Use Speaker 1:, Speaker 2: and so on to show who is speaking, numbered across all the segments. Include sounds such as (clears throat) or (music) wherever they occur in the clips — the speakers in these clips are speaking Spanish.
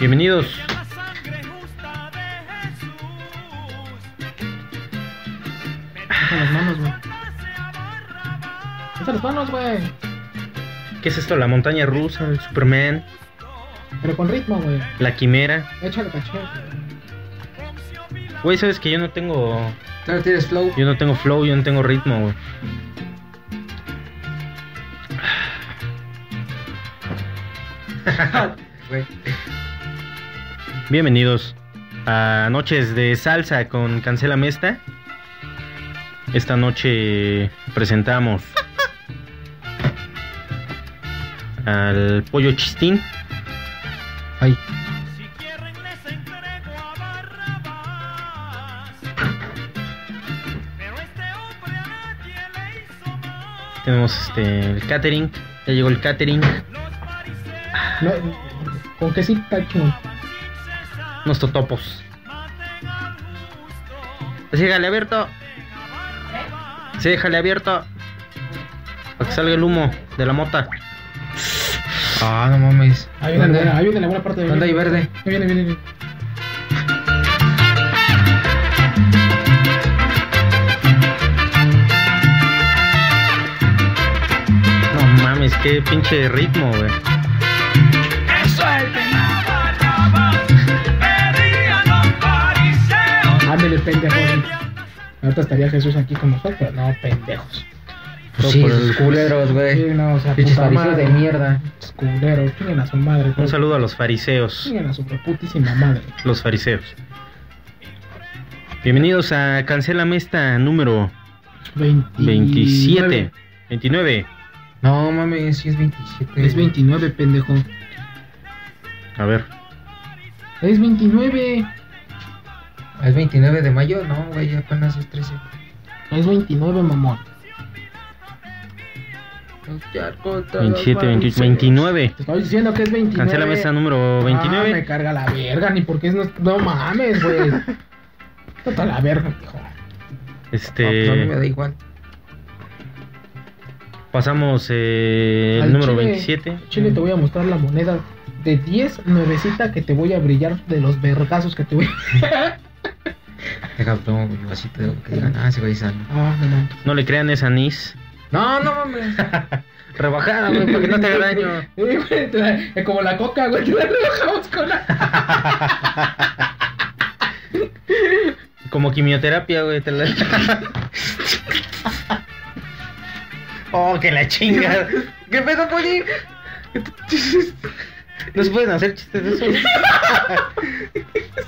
Speaker 1: Bienvenidos.
Speaker 2: Usa las manos, güey. Usa las manos, güey.
Speaker 1: ¿Qué es esto? La montaña rusa, el Superman,
Speaker 2: Pero con ritmo, güey.
Speaker 1: la quimera.
Speaker 2: Échale cachete. güey.
Speaker 1: Güey, sabes que yo no tengo.
Speaker 3: No tienes flow.
Speaker 1: Yo no tengo flow, yo no tengo ritmo, güey.
Speaker 3: Güey.
Speaker 1: (laughs) Bienvenidos a Noches de Salsa con Cancela Mesta. Esta noche presentamos al pollo chistín.
Speaker 3: Ay.
Speaker 1: Tenemos este el catering. Ya llegó el catering.
Speaker 2: No, con quesita, chum.
Speaker 1: Unos totopos. Déjale abierto. Sí, déjale abierto. Para que salga el humo de la mota.
Speaker 3: Ah, no mames.
Speaker 2: Ahí viene, la
Speaker 3: ¿Dónde?
Speaker 2: buena, ahí viene la buena parte de
Speaker 3: ¿Dónde hay verde?
Speaker 2: Ahí viene, viene, viene.
Speaker 1: No mames, qué pinche ritmo, güey.
Speaker 2: Ándale, pendejo. güey. Ahorita estaría Jesús aquí con nosotros, pero no, pendejos.
Speaker 1: Todo
Speaker 3: Pues sí,
Speaker 1: por el-
Speaker 3: sus culeros,
Speaker 2: Sí,
Speaker 3: güey.
Speaker 2: no, o sea,
Speaker 3: Pinches
Speaker 2: puta
Speaker 3: fariseos
Speaker 2: madre.
Speaker 3: de mierda.
Speaker 2: Pinches Culeros, chinguen a su madre. güey.
Speaker 1: Un saludo a los fariseos.
Speaker 2: Chinguen a su putísima madre.
Speaker 1: Los fariseos. Bienvenidos a Cancela Mesta número 27. 29.
Speaker 3: No mames, sí es 27.
Speaker 2: Es 29, pendejo.
Speaker 1: A ver.
Speaker 2: Es 29.
Speaker 3: Ah, ¿Es 29 de mayo? No, güey, apenas es 13.
Speaker 2: Es 29, mamón.
Speaker 3: Luchar contra los
Speaker 1: 27, 28,
Speaker 3: vampiros.
Speaker 1: 29.
Speaker 2: Te estoy diciendo que es 29.
Speaker 1: Cancela Mesta número
Speaker 2: Ah, me
Speaker 1: 29.
Speaker 2: carga la verga, ni porque es. No, no
Speaker 1: (laughs)
Speaker 2: mames, güey. Total la verga, hijo.
Speaker 3: No, pues a mí me da
Speaker 1: Este.
Speaker 3: igual.
Speaker 1: Pasamos eh, el
Speaker 2: Al
Speaker 1: número
Speaker 2: chile,
Speaker 1: 27.
Speaker 2: Chile, te voy a mostrar la moneda de 10 nuevecita que te voy a brillar de los vergazos que te voy a.
Speaker 1: (laughs)
Speaker 3: Deja, tomo mi vasito de agua que digan, ah, ese güey es sano.
Speaker 2: Ah, no mames.
Speaker 1: No le crean es anís.
Speaker 3: No, no mames.
Speaker 1: Rebajada, güey, para que no te haga
Speaker 2: (laughs)
Speaker 1: daño.
Speaker 2: Eh, güey, te la- eh, como la coca, güey, te la rebajamos con la.
Speaker 1: (laughs) Como quimioterapia, güey. Te la... (laughs) oh, que la chinga.
Speaker 3: ¿Qué pedo, Poli?
Speaker 1: No se pueden hacer chistes de eso.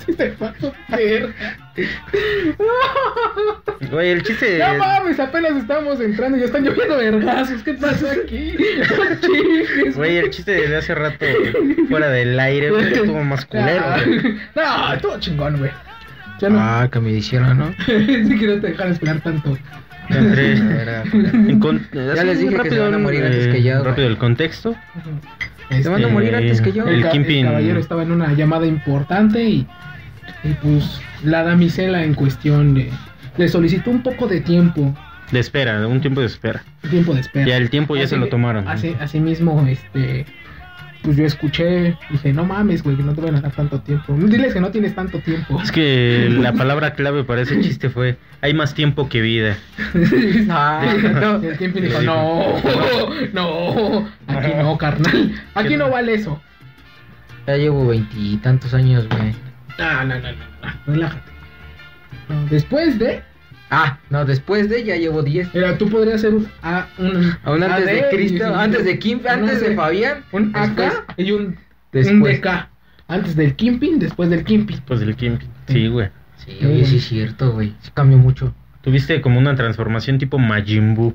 Speaker 2: Sí, te paso de verga.
Speaker 1: Güey, el chiste.
Speaker 2: No mames, apenas estamos entrando y ya están lloviendo vergazos. ¿Qué pasa
Speaker 1: (laughs)
Speaker 2: aquí? No chingues,
Speaker 1: Güey, el chiste de hace rato güey, fuera del aire,
Speaker 2: (laughs)
Speaker 1: güey, estuvo más culero, güey.
Speaker 2: Ah, No, estuvo chingón, güey. Ya no. (laughs)
Speaker 3: Ah, que me hicieron, ¿no?
Speaker 2: sí que no te dejan esperar tanto.
Speaker 1: Entre-
Speaker 3: (laughs) Era-
Speaker 1: en con- eh, así
Speaker 3: les dije que se van a
Speaker 1: un,
Speaker 3: morir antes
Speaker 1: eh,
Speaker 3: que yo, güey.
Speaker 1: Rápido el contexto. Eh,
Speaker 3: Se van a morir antes que yo.
Speaker 1: El
Speaker 2: Este, ca-
Speaker 1: Kimpin.
Speaker 2: caballero estaba en una llamada importante y, y, pues la damisela en cuestión le, le solicitó un poco de tiempo,
Speaker 1: De espera, de un tiempo de espera.
Speaker 2: tiempo de espera.
Speaker 1: Ya el tiempo ya
Speaker 2: Así-
Speaker 1: se lo tomaron.
Speaker 2: Así, así mismo, este, pues yo escuché, dije, no mames, güey, que no te van a dar tanto tiempo. Diles que no tienes tanto
Speaker 1: (laughs)
Speaker 2: tiempo. (laughs)
Speaker 1: Es que
Speaker 3: (laughs)
Speaker 1: la palabra clave para ese chiste fue: hay más tiempo que vida.
Speaker 3: Ah,
Speaker 2: No, el Kimpin dijo, no, no, aquí no, carnal, aquí no vale eso.
Speaker 3: Ya llevo veintitantos años, güey.
Speaker 2: No, no, no, no, no, relájate. No, después de,
Speaker 3: Ah, no, después de ya llevo 10.
Speaker 2: era, tú podrías ser un A, un,
Speaker 3: Aún
Speaker 2: AD,
Speaker 3: antes Ah, de
Speaker 2: y-
Speaker 3: Cristo, antes de Kim,
Speaker 2: un
Speaker 3: antes de
Speaker 2: AD,
Speaker 3: Fabián.
Speaker 2: Un
Speaker 3: después-
Speaker 2: AK y un, un
Speaker 3: Después.
Speaker 2: DK. Antes del Kimpin, después del Kimpin.
Speaker 1: Pues del Kimpin. Sí, güey.
Speaker 3: Sí, oye, sí es cierto, güey. Sí cambió mucho.
Speaker 1: Tuviste como una transformación tipo Majin Buu.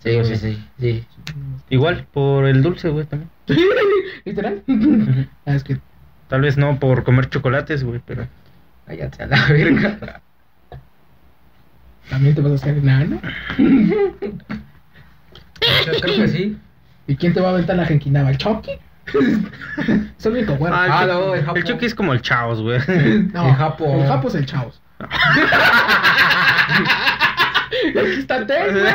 Speaker 3: Sí, sí, sí. sí.
Speaker 1: Igual, por el dulce, güey, también.
Speaker 2: ¿Literal? Ah, es que
Speaker 1: Tal vez no por comer chocolates, güey, pero.
Speaker 3: Cállate a la verga.
Speaker 2: también te vas a hacer enano.
Speaker 3: (laughs) Yo creo que sí.
Speaker 2: ¿Y quién te va a aventar la genkinaba? ¿El Chucky? (laughs) es el único güey.
Speaker 3: Ah,
Speaker 1: el
Speaker 3: no,
Speaker 1: Chucky-
Speaker 3: el Japo.
Speaker 1: el Chucky es como el Chaos,
Speaker 3: (laughs)
Speaker 1: güey. (laughs)
Speaker 2: No,
Speaker 3: Ah, el Japo.
Speaker 2: El Japo es el Chaos. Y Aquí (laughs) está Ted, güey.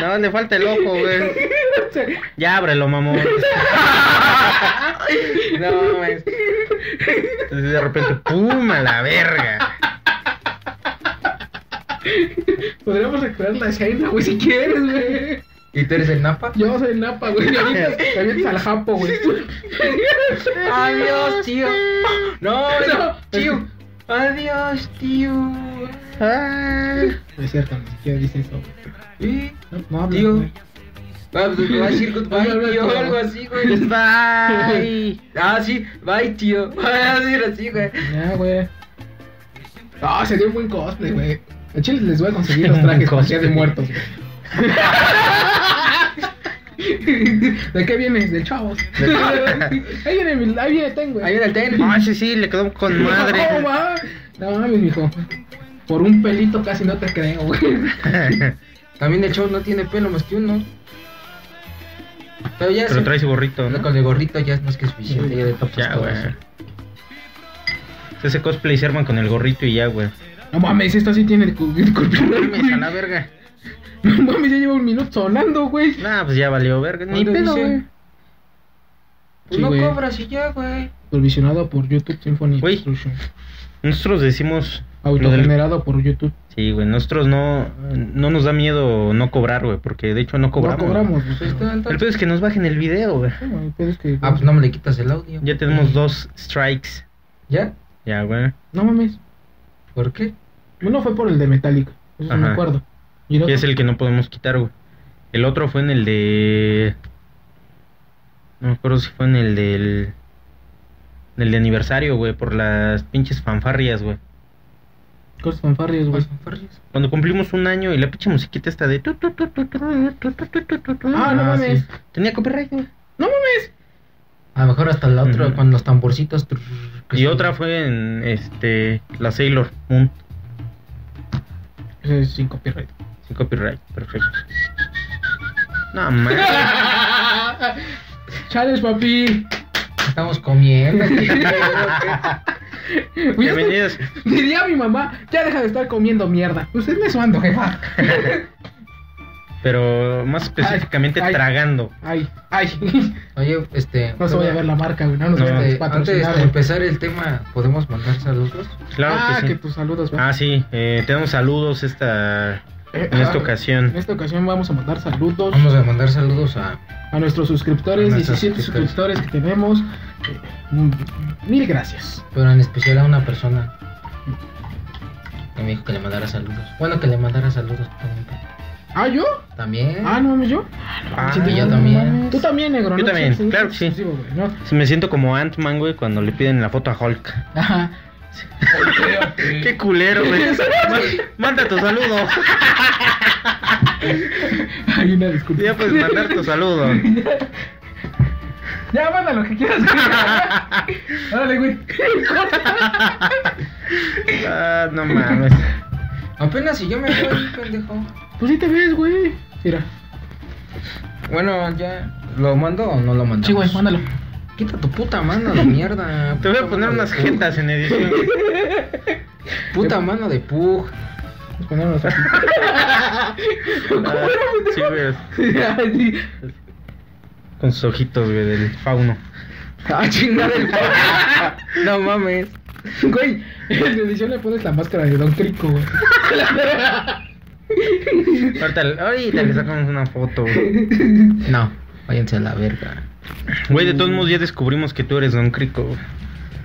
Speaker 1: No, le falta el ojo, güey.
Speaker 2: Sí.
Speaker 1: Ya ábrelo, mamón.
Speaker 3: No, mames.
Speaker 1: Entonces de repente, ¡pum! A la verga.
Speaker 2: Podríamos recrear la escena, güey, si quieres, güey.
Speaker 3: ¿Y tú eres el Napa?
Speaker 2: Yo soy Napa, güey. y ahorita- y ahorita al Japo, güey.
Speaker 3: Adiós, tío. (laughs) No,
Speaker 2: (laughs) No.
Speaker 3: tío. Adiós, tío.
Speaker 1: Ah.
Speaker 2: No es cierto, ni siquiera dice eso. güey.
Speaker 3: Y-
Speaker 2: No, no habla,
Speaker 3: Tío.
Speaker 2: güey.
Speaker 3: Ah, pues me va a decir
Speaker 2: Habla, habla,
Speaker 3: goodbye, tío,
Speaker 2: tío.
Speaker 3: o algo así, (laughs) güey.
Speaker 1: Bye.
Speaker 3: Ah, sí, bye, (laughs) tío. Voy a decir así, güey.
Speaker 2: Ya, güey. Ah, sería un buen cosplay, güey. A Chile les voy a conseguir los trajes con (laughs) Día de muertos, güey. ¿De qué vienes? Del chavos. (laughs) ahí viene, mi- ahí viene, ten, güey.
Speaker 3: Ahí en el tenis.
Speaker 1: Ah, sí, sí, le quedó con madre.
Speaker 2: No, Oh, ma. (laughs) No mames, mijo. Por un pelito casi no te creo, güey.
Speaker 3: También el show no tiene pelo más que uno. Pero ya
Speaker 1: Pero
Speaker 3: se-
Speaker 1: trae su gorrito,
Speaker 3: Pero
Speaker 1: ¿no?
Speaker 3: Con el gorrito ya es más que suficiente. Ya de tapas
Speaker 1: Ya,
Speaker 3: todo
Speaker 1: güey.
Speaker 3: eso.
Speaker 1: Se hace cosplay y se arman con el gorrito y ya, güey.
Speaker 2: No mames, esta sí tiene cu- copyright,
Speaker 1: Mames, a
Speaker 2: güey.
Speaker 1: la verga.
Speaker 2: No mames, ya lleva un minuto sonando, güey.
Speaker 1: Nah, pues ya valió verga. Ni
Speaker 3: ¿Dónde
Speaker 1: pedo,
Speaker 3: dice?
Speaker 1: güey.
Speaker 3: Pues
Speaker 2: Sí,
Speaker 3: no
Speaker 2: güey.
Speaker 3: cobras y ya, güey.
Speaker 2: Provisionado por YouTube Symphony
Speaker 1: Güey.
Speaker 2: Construction.
Speaker 1: Nosotros decimos. lo del-
Speaker 2: Autogenerado por YouTube.
Speaker 1: Sí, güey. Nosotros no, no nos da miedo no cobrar, güey. Porque de hecho no cobramos.
Speaker 2: No cobramos, güey.
Speaker 3: Pues tan, tan-
Speaker 1: El pedo es que nos bajen el video, güey.
Speaker 2: No, el pedo es que-
Speaker 3: Ah, pues no me le quitas el audio.
Speaker 1: Ya tenemos dos strikes.
Speaker 3: ¿Ya?
Speaker 1: Ya, güey.
Speaker 2: No mames.
Speaker 3: ¿Por qué?
Speaker 2: Uno fue por el de Metallica. Eso sí me
Speaker 1: Ajá.
Speaker 2: acuerdo. Y el
Speaker 1: Que
Speaker 2: otro-
Speaker 1: es el que no podemos quitar, güey. El otro fue en el de. No me acuerdo si fue en el del. En el de aniversario, güey, por las pinches fanfarrias, güey.
Speaker 2: Cosas fanfarrias, güey.
Speaker 3: Pues, Ferris.
Speaker 1: Cuando cumplimos un año y la pinche musiquita esta de. tu, tu, tu, tu, tu, tu, tu, tu, tu, tu, tu.
Speaker 2: Ah, no
Speaker 3: Ah,
Speaker 2: mames.
Speaker 3: sí.
Speaker 1: Tenía copyright, güey.
Speaker 3: A lo mejor hasta la otra
Speaker 1: Ujú.
Speaker 3: con los tamborcitos. trrr, que
Speaker 1: Y
Speaker 3: sí.
Speaker 1: otra fue en este. La Sailor Moon.
Speaker 2: Eso es sin copyright.
Speaker 1: Sin copyright, perfecto.
Speaker 2: (laughs)
Speaker 1: No mames.
Speaker 2: Chales, papi.
Speaker 3: Estamos comiendo.
Speaker 2: Uy, Pues ya
Speaker 1: Bienvenidos.
Speaker 2: te- Diría a mi mamá, ya deja de estar comiendo mierda. Usted me suando, jefa.
Speaker 1: (laughs) Pero más específicamente
Speaker 2: Ay, ay.
Speaker 1: tragando.
Speaker 2: Ay, ay. (laughs)
Speaker 3: Oye, este.
Speaker 2: No se vaya a ver la marca, güey. No nos
Speaker 1: No,
Speaker 2: vayan a
Speaker 3: Este, antes
Speaker 2: patrocinar, Ah,
Speaker 3: de
Speaker 2: güey.
Speaker 3: empezar el tema, ¿podemos mandar saludos?
Speaker 1: Claro
Speaker 2: ah,
Speaker 1: que sí.
Speaker 2: tus saludos, güey.
Speaker 1: Ah, sí, eh, tenemos saludos esta,
Speaker 2: Eh,
Speaker 1: en esta
Speaker 2: ah, En
Speaker 1: ocasión.
Speaker 2: esta ocasión vamos a mandar saludos
Speaker 3: Vamos a mandar saludos a.
Speaker 2: a nuestros suscriptores,
Speaker 3: A nuestros
Speaker 2: 17 suscriptores que tenemos. Eh, mm, Mil gracias.
Speaker 3: Pero en especial a una persona. Que me dijo que le mandara saludos. Bueno, que le mandara saludos también.
Speaker 2: ¿Ah, yo?
Speaker 3: También.
Speaker 2: Ah, no mames, yo.
Speaker 1: Eh. Ah,
Speaker 3: sí, que yo
Speaker 2: no
Speaker 3: también.
Speaker 2: mames. Tú también, negro.
Speaker 1: Yo
Speaker 2: ¿no?
Speaker 1: también, claro que sí.
Speaker 2: güey, ¿no? (laughs)
Speaker 1: Me siento como Ant-Man, güey, cuando le piden la foto a Hulk.
Speaker 2: Ajá.
Speaker 1: Qué culero, güey. Ma- Manda tu saludo.
Speaker 2: Hay una disculpa.
Speaker 1: Ya puedes mandar tu saludo.
Speaker 2: Ya, manda lo que quieras.
Speaker 1: (laughs)
Speaker 2: güey. Órale, güey.
Speaker 1: Ah, no mames.
Speaker 3: Apenas si yo me voy, pendejo.
Speaker 2: Pues sí te ves, güey. Mira.
Speaker 3: Bueno, ya. ¿Lo mando o no lo mando?
Speaker 2: Sí, güey, mándalo.
Speaker 3: Quita tu puta mano de mierda.
Speaker 1: (laughs) Te voy a
Speaker 3: puta
Speaker 1: poner
Speaker 3: mano
Speaker 1: unas
Speaker 3: de pug.
Speaker 1: jetas en edición. güey.
Speaker 3: Puta mano de pug.
Speaker 2: Nos
Speaker 3: (laughs)
Speaker 2: Pues ponemos aquí.
Speaker 1: Ah, sí, güey.
Speaker 2: Ay, (laughs) sí.
Speaker 1: Con sus ojitos, güey, del fauno.
Speaker 3: Ah, chingada el pug. (laughs) No mames.
Speaker 2: Güey, en la edición le pones la máscara de Don Crico, güey.
Speaker 1: Ahorita, ahorita le sacamos una foto, güey.
Speaker 3: No, váyanse a la verga.
Speaker 1: Güey, de todos modos ya descubrimos que tú eres Don Crico, güey.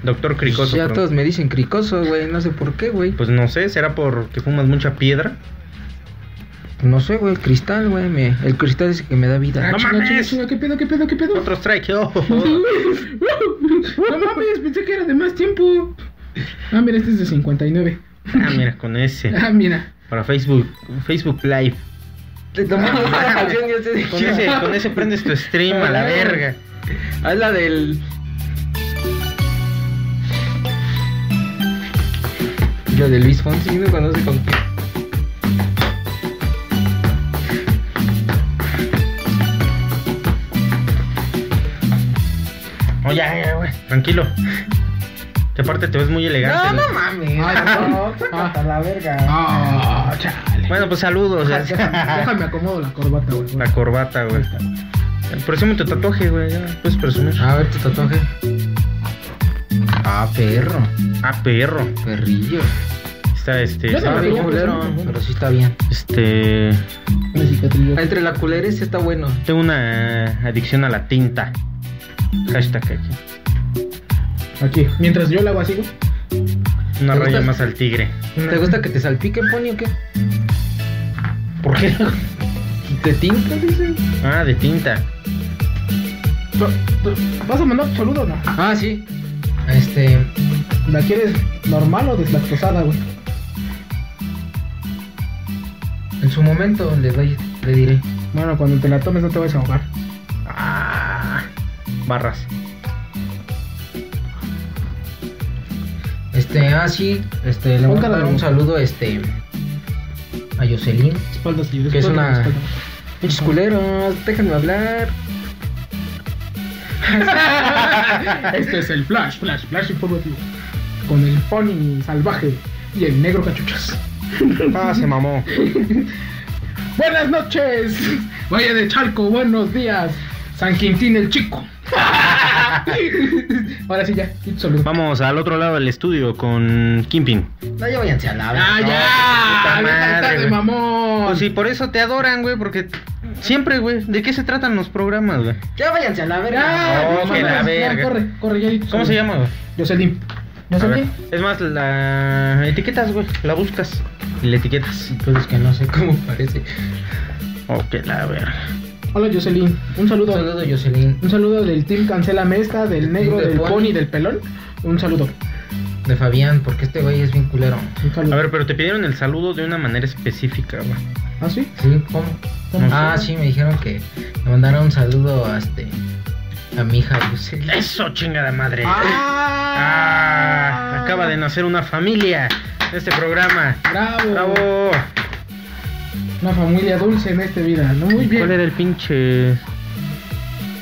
Speaker 1: Doctor Cricoso.
Speaker 3: ya
Speaker 1: perdón.
Speaker 3: todos me dicen cricoso, güey. No sé por qué, güey.
Speaker 1: Pues no sé, ¿será porque fumas mucha piedra?
Speaker 3: No sé, güey. El cristal, güey. me- El cristal es el que me da vida.
Speaker 2: Ah,
Speaker 1: No
Speaker 2: chinga,
Speaker 1: mames.
Speaker 2: chinga, chinga, ¿qué pedo, qué pedo, qué pedo?
Speaker 1: Otro strike. oh.
Speaker 2: (laughs) No mames, pensé que era de más tiempo. Ah, mira, este es de 59.
Speaker 1: Ah, mira, con ese.
Speaker 2: Ah, mira.
Speaker 1: Para Facebook, Facebook Live.
Speaker 3: Te tomamos (laughs) la canción, yo te
Speaker 1: Con
Speaker 3: dije.
Speaker 1: ese, con ese prendes tu stream a la verga.
Speaker 3: Haz Ah, la del. La de Luis Fonsi, no conoce con quién.
Speaker 1: Oye, Oh, ya, ya, güey. Tranquilo. Que aparte te ves muy elegante. ¿no?
Speaker 3: Ah, mames.
Speaker 2: Ay,
Speaker 3: (laughs)
Speaker 2: no, sácate a
Speaker 3: la verga.
Speaker 2: Ah, chale.
Speaker 1: Bueno, pues saludos.
Speaker 2: Déjame, déjame acomodo la corbata, güey.
Speaker 1: La corbata, güey. Presume tu tatuaje, güey. Ya puedes presumir.
Speaker 3: A ver tu tatuaje. Ah, perro.
Speaker 1: Ah, perro.
Speaker 3: Perrillo.
Speaker 1: Está este.
Speaker 2: Yo
Speaker 1: está
Speaker 2: no lo
Speaker 3: Está
Speaker 1: bien,
Speaker 3: bien
Speaker 2: tengo,
Speaker 3: culero,
Speaker 2: pero no.
Speaker 3: pero sí está bien.
Speaker 1: Este.
Speaker 2: Una cicatriz.
Speaker 3: Entre la culera ese está bueno.
Speaker 1: Tengo una adicción a la tinta. Hashtag aquí.
Speaker 2: Aquí. Mientras yo la hago así, güey.
Speaker 1: Una
Speaker 3: ¿Te
Speaker 1: raya
Speaker 3: gusta?
Speaker 1: más al tigre.
Speaker 3: ¿Te gusta que te salpiquen, Pony, o qué?
Speaker 1: ¿Por qué?
Speaker 3: ¿Te tinta, dice?
Speaker 1: Ah, de tinta.
Speaker 2: ¿Vas a mandar un saludo o no?
Speaker 3: Ah, sí. Este.
Speaker 2: ¿La quieres normal o deslactosada, güey?
Speaker 3: En su momento le doy, le diré.
Speaker 2: Bueno, cuando te la tomes no te vas a ahogar.
Speaker 1: Ah, barras.
Speaker 3: Este, ah, sí. Este, le voy a
Speaker 2: Póngala,
Speaker 3: dar un
Speaker 2: güey.
Speaker 3: saludo, este. A Jocelyn.
Speaker 2: Espaldas y
Speaker 3: Que es una-
Speaker 2: espaldas.
Speaker 3: Pinches culeros, déjenme hablar.
Speaker 2: Este es el Flash, Flash, Flash informativo. Con el pony salvaje y el negro cachuchas.
Speaker 1: Ah, se mamó.
Speaker 2: Buenas noches, Valle de Charco, buenos días, San Quintín el Chico. (laughs) Ahora sí, ya, un saludo.
Speaker 1: Vamos al otro lado del estudio con Kimping.
Speaker 3: No, ya váyanse a la
Speaker 2: ¡Ah,
Speaker 1: No,
Speaker 2: ya!
Speaker 1: puta
Speaker 2: Deja de
Speaker 1: madre,
Speaker 2: estar de
Speaker 1: güey.
Speaker 2: mamón!
Speaker 1: Pues sí, por eso te adoran, güey, porque siempre, güey. ¿De qué se tratan los programas, güey?
Speaker 3: Ya váyanse a la verga.
Speaker 2: ¡Ya!
Speaker 1: No, que la
Speaker 2: ya,
Speaker 1: verga.
Speaker 2: corre, corre, ya. di tu
Speaker 1: ¿Cómo
Speaker 2: saludo.
Speaker 1: se llama, güey? A
Speaker 2: Jocelyn.
Speaker 1: ver,
Speaker 2: ¿Jocelyn?
Speaker 1: Es más, la etiquetas, güey. La buscas y la etiquetas.
Speaker 3: Entonces que no sé cómo (laughs) parece.
Speaker 1: Oh, que la verga.
Speaker 2: Hola, Jocelyn. Un
Speaker 3: Un
Speaker 2: saludo.
Speaker 3: saludo, Jocelyn.
Speaker 2: Un saludo del team Cancela Mesta, del negro,
Speaker 3: Del
Speaker 2: del
Speaker 3: pony.
Speaker 2: pony, del pelón. Un saludo.
Speaker 3: De Fabián, porque este güey es bien culero.
Speaker 2: Un saludo.
Speaker 1: A ver, pero te pidieron el saludo de una manera específica, güey.
Speaker 2: ¿Ah, sí?
Speaker 3: ¿Sí? ¿Cómo?
Speaker 2: ¿Cómo?
Speaker 3: Ah, sí, me dijeron que me mandaron un saludo a este. A mi hija Jocelyn.
Speaker 1: Eso, chingada madre.
Speaker 2: ¡Ah!
Speaker 1: Ah, acaba de nacer una familia en este programa.
Speaker 2: Bravo.
Speaker 1: Bravo.
Speaker 2: Una familia dulce en este vida, ¿no? Muy bien.
Speaker 1: ¿Cuál era el pinche?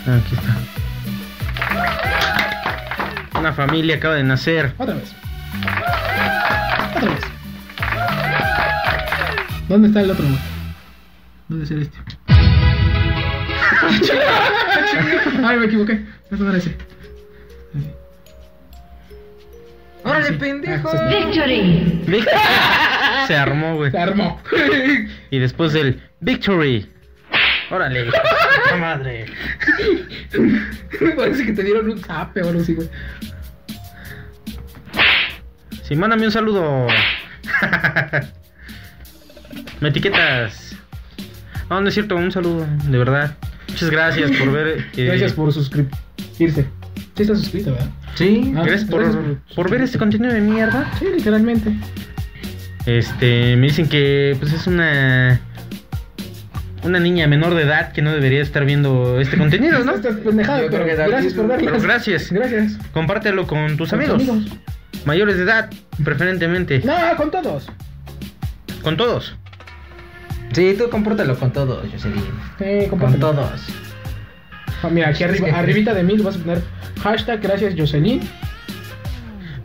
Speaker 1: Ah, aquí está. Una familia acaba de nacer.
Speaker 2: Otra vez. Otra vez. ¿Dónde está el otro, güey? ¿Dónde será este? (laughs) Ay, me equivoqué. No era ese. Ah,
Speaker 3: ¡Órale,
Speaker 2: sí.
Speaker 3: pendejo!
Speaker 2: Ah, sí,
Speaker 4: Victory!
Speaker 1: Se armó, güey.
Speaker 2: Se armó. (laughs)
Speaker 1: Y después del Victory.
Speaker 2: (laughs)
Speaker 1: Órale. puta madre.
Speaker 2: Parece que te dieron un zape o algo así, güey.
Speaker 1: Sí, mándame un saludo. (laughs) Me etiquetas. No, no es cierto, un saludo, de verdad. Muchas gracias por ver. eh,
Speaker 2: Gracias por suscribirse. Sí estás suscrito, ¿verdad?
Speaker 3: ¿Sí?
Speaker 2: Ah,
Speaker 1: gracias por,
Speaker 2: gracias por-
Speaker 1: por ver este contenido de mierda.
Speaker 2: Sí, literalmente.
Speaker 1: Este, me dicen que pues es una una niña menor de edad que no debería estar viendo este contenido, ¿no?
Speaker 2: Estás pendejado,
Speaker 3: Pues Yo
Speaker 2: pero
Speaker 3: creo que da
Speaker 2: gracias por
Speaker 3: gusto.
Speaker 2: verlo.
Speaker 1: Pero gracias.
Speaker 2: Gracias.
Speaker 1: Compártelo con tus
Speaker 2: Con tus
Speaker 1: amigos, mayores de edad, preferentemente,
Speaker 2: No, ah, con todos.
Speaker 1: con todos.
Speaker 3: Sí, tú compórtalo con todos, Jocelyn.
Speaker 2: Sí,
Speaker 3: Con
Speaker 2: compártelo.
Speaker 3: todos.
Speaker 2: Ah, Mira, aquí arriba, arribita de mí le vas a poner hashtag gracias Jocelyn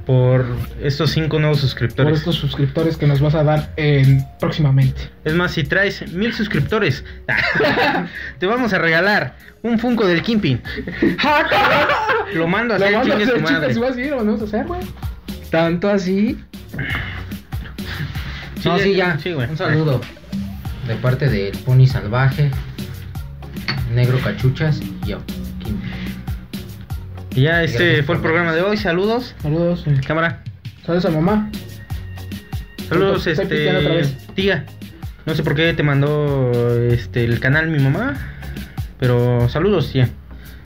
Speaker 1: Por estos cinco nuevos
Speaker 2: por
Speaker 1: suscriptores.
Speaker 2: estos suscriptores que nos vas a dar en-
Speaker 1: (laughs)
Speaker 2: próximamente.
Speaker 1: Es más, si traes mil suscriptores, (laughs) te vamos a regalar un Funko del Kimpin.
Speaker 2: Ah,
Speaker 1: Lo mando a
Speaker 2: La
Speaker 1: hacer,
Speaker 2: vamos a
Speaker 1: chingue
Speaker 2: hacer,
Speaker 1: su madre.
Speaker 2: chicas, si vas a ir, lo vamos a hacer, güey.
Speaker 3: ¿Tanto así?
Speaker 1: Sí,
Speaker 3: no,
Speaker 1: ya-
Speaker 3: sí, ya.
Speaker 1: sí, güey.
Speaker 3: Un saludo de parte del Pony Salvaje, Negro Cachuchas y yo, Kim.
Speaker 1: Y ya este
Speaker 3: Gracias
Speaker 1: fue el
Speaker 3: por
Speaker 1: programa de hoy. Saludos,
Speaker 2: Saludos. eh.
Speaker 1: cámara.
Speaker 2: Saludos a mamá.
Speaker 1: Saludos,
Speaker 2: Estoy pisteando otra
Speaker 1: este.
Speaker 2: vez.
Speaker 1: Tía. No sé por qué te mandó este el canal mi mamá. Pero saludos, tía.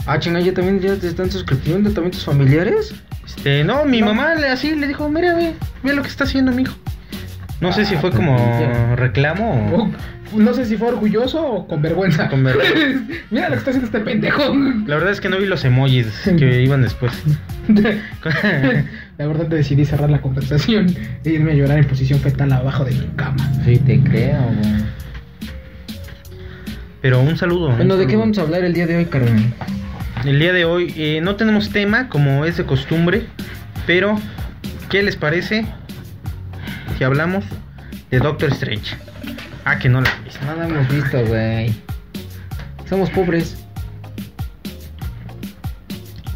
Speaker 3: Ah, chinga, ya también ya te están suscribiendo, también tus familiares.
Speaker 1: Este, no, mi
Speaker 3: No.
Speaker 1: mamá le, así le dijo, mira, ve, ve lo que está haciendo mi hijo. No sé si
Speaker 3: Ah,
Speaker 1: fue
Speaker 3: pues,
Speaker 1: como
Speaker 3: ya.
Speaker 1: reclamo o...
Speaker 2: Oh, no sé si fue orgulloso o con vergüenza.
Speaker 1: Con vergüenza.
Speaker 2: (laughs) Mira lo que está haciendo este pendejo. (laughs)
Speaker 1: La verdad es que no vi los emojis que
Speaker 3: (laughs)
Speaker 1: iban después. (laughs)
Speaker 2: (laughs) La verdad decidí cerrar la conversación e irme a llorar en posición fetal abajo de mi cama.
Speaker 3: Sí, te creo, güey.
Speaker 1: Pero un saludo. un
Speaker 3: Bueno, ¿de qué
Speaker 1: saludo.
Speaker 3: vamos a hablar el día de hoy, Carmen?
Speaker 1: El día de hoy eh, no tenemos tema como es de costumbre, pero ¿qué les parece si hablamos de Doctor Strange? Ah, que no la he visto.
Speaker 3: No lo hemos visto, güey. Somos pobres.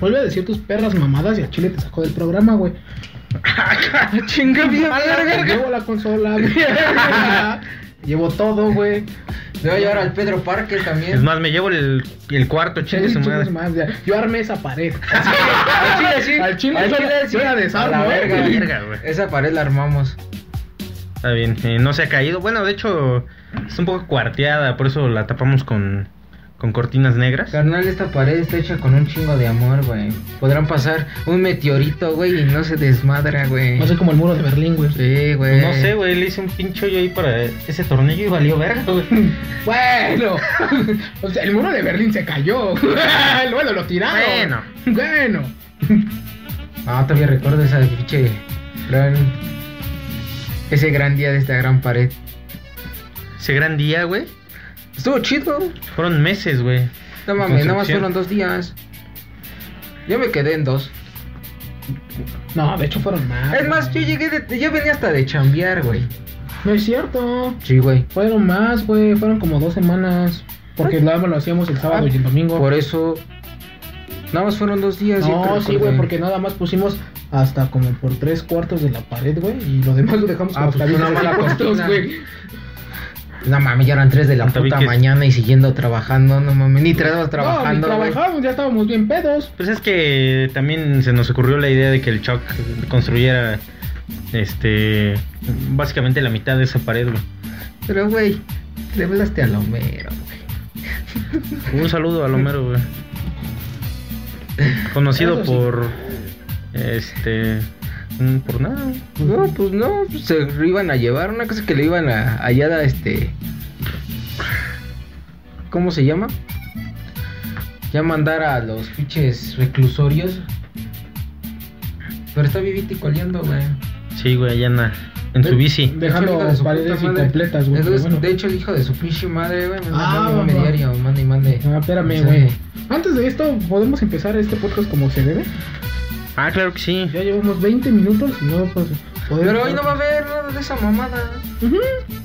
Speaker 2: Vuelve a decir tus perras mamadas y a Chile te sacó del programa, güey.
Speaker 1: Chinga bien,
Speaker 2: Mala,
Speaker 1: verga.
Speaker 2: Llevo la consola,
Speaker 3: (laughs)
Speaker 2: verga. Llevo todo, güey.
Speaker 3: Me voy a llevar al Pedro Parker
Speaker 1: Es
Speaker 3: también.
Speaker 1: más, me llevo el, el cuarto, chingue
Speaker 2: Chingue
Speaker 1: su madre.
Speaker 2: su madre, ya. Yo armé esa pared.
Speaker 3: (laughs) Al chile sí.
Speaker 2: Al chile
Speaker 3: Al
Speaker 2: suena-
Speaker 3: chile sí.
Speaker 2: suena desarmo,
Speaker 3: A la
Speaker 2: eh,
Speaker 3: verga.
Speaker 1: güey. Verga, güey.
Speaker 3: Esa pared la armamos.
Speaker 1: Está bien, eh, no se ha caído. Bueno, de hecho, es un poco cuarteada, por eso la tapamos con, con cortinas negras.
Speaker 3: Carnal, esta pared está hecha con un chingo de amor, güey. Podrán pasar un meteorito, güey, y no se desmadra, güey.
Speaker 2: No sé como el muro de Berlín, güey.
Speaker 3: Sí, güey.
Speaker 1: No sé, güey, le hice un pincho yo ahí para ese tornillo y valió verga, güey.
Speaker 3: (laughs)
Speaker 2: Bueno, o sea, el muro de Berlín se cayó. Bueno, lo tiraron.
Speaker 1: Bueno.
Speaker 2: Bueno.
Speaker 3: Ah, todavía recuerdo esa pinche gran... Ese gran día de esta gran pared.
Speaker 1: Ese gran día, güey.
Speaker 3: Estuvo chido.
Speaker 1: Fueron meses, güey.
Speaker 3: No mames, nada más
Speaker 1: Construcción.
Speaker 3: fueron dos días. Yo me quedé en dos.
Speaker 2: No, de hecho fueron más.
Speaker 3: Es más, yo
Speaker 2: güey.
Speaker 3: llegué de... Yo venía hasta de chambear, güey.
Speaker 2: No es cierto.
Speaker 3: Sí, güey.
Speaker 2: Fueron más, güey. Fueron como dos semanas. Porque nada más lo hacíamos el sábado y el domingo.
Speaker 3: Ah. Por eso... Nada más fueron dos días. yo
Speaker 2: no,
Speaker 3: creo,
Speaker 2: sí, güey,
Speaker 3: güey.
Speaker 2: porque nada más pusimos hasta como por tres cuartos de la pared, güey. Y lo demás lo dejamos
Speaker 3: Ah,
Speaker 2: como
Speaker 3: pues
Speaker 2: hasta
Speaker 3: fue una
Speaker 2: diez
Speaker 3: mala
Speaker 2: cuartos,
Speaker 3: cocina.
Speaker 2: güey.
Speaker 3: No mames, ya eran 3 de la
Speaker 1: Hasta vi
Speaker 3: puta
Speaker 1: que-
Speaker 3: mañana y siguiendo trabajando, no mames, ni tres trabajando,
Speaker 2: No, ni
Speaker 3: güey.
Speaker 2: trabajamos, ya estábamos bien pedos.
Speaker 1: Pues es que también se nos ocurrió la idea de que el Chuck construyera, este, básicamente la mitad de esa pared, güey.
Speaker 3: Pero, güey, le hablaste a Lomero, güey.
Speaker 1: Un saludo a Lomero, güey. Conocido
Speaker 2: Eso sí.
Speaker 1: por. Este. mm, Por nada. güey.
Speaker 3: No, pues no, pues se lo iban a llevar, una cosa que le iban a allá a este. ¿Cómo se llama? Ya mandar a los pinches reclusorios. Pero está vivito y coleando, güey.
Speaker 1: Sí, güey, allá anda. En su bici.
Speaker 2: Dejando
Speaker 3: De hecho, el hijo de su
Speaker 2: paredes
Speaker 3: puta madre-
Speaker 2: incompletas, güey,
Speaker 3: Entonces,
Speaker 2: pero bueno.
Speaker 3: De hecho, el hijo de su pinche madre, güey, me
Speaker 2: Ah,
Speaker 3: manda un
Speaker 2: mamá.
Speaker 3: diario, manda y mande.
Speaker 2: Ah, espérame,
Speaker 3: Sí.
Speaker 2: güey. Antes de esto, ¿podemos empezar este podcast como se debe?
Speaker 1: Ah, claro que sí.
Speaker 2: Ya llevamos 20 minutos y no pues, podemos...
Speaker 3: Pero hoy no va a haber nada de esa mamada.
Speaker 2: Ujú.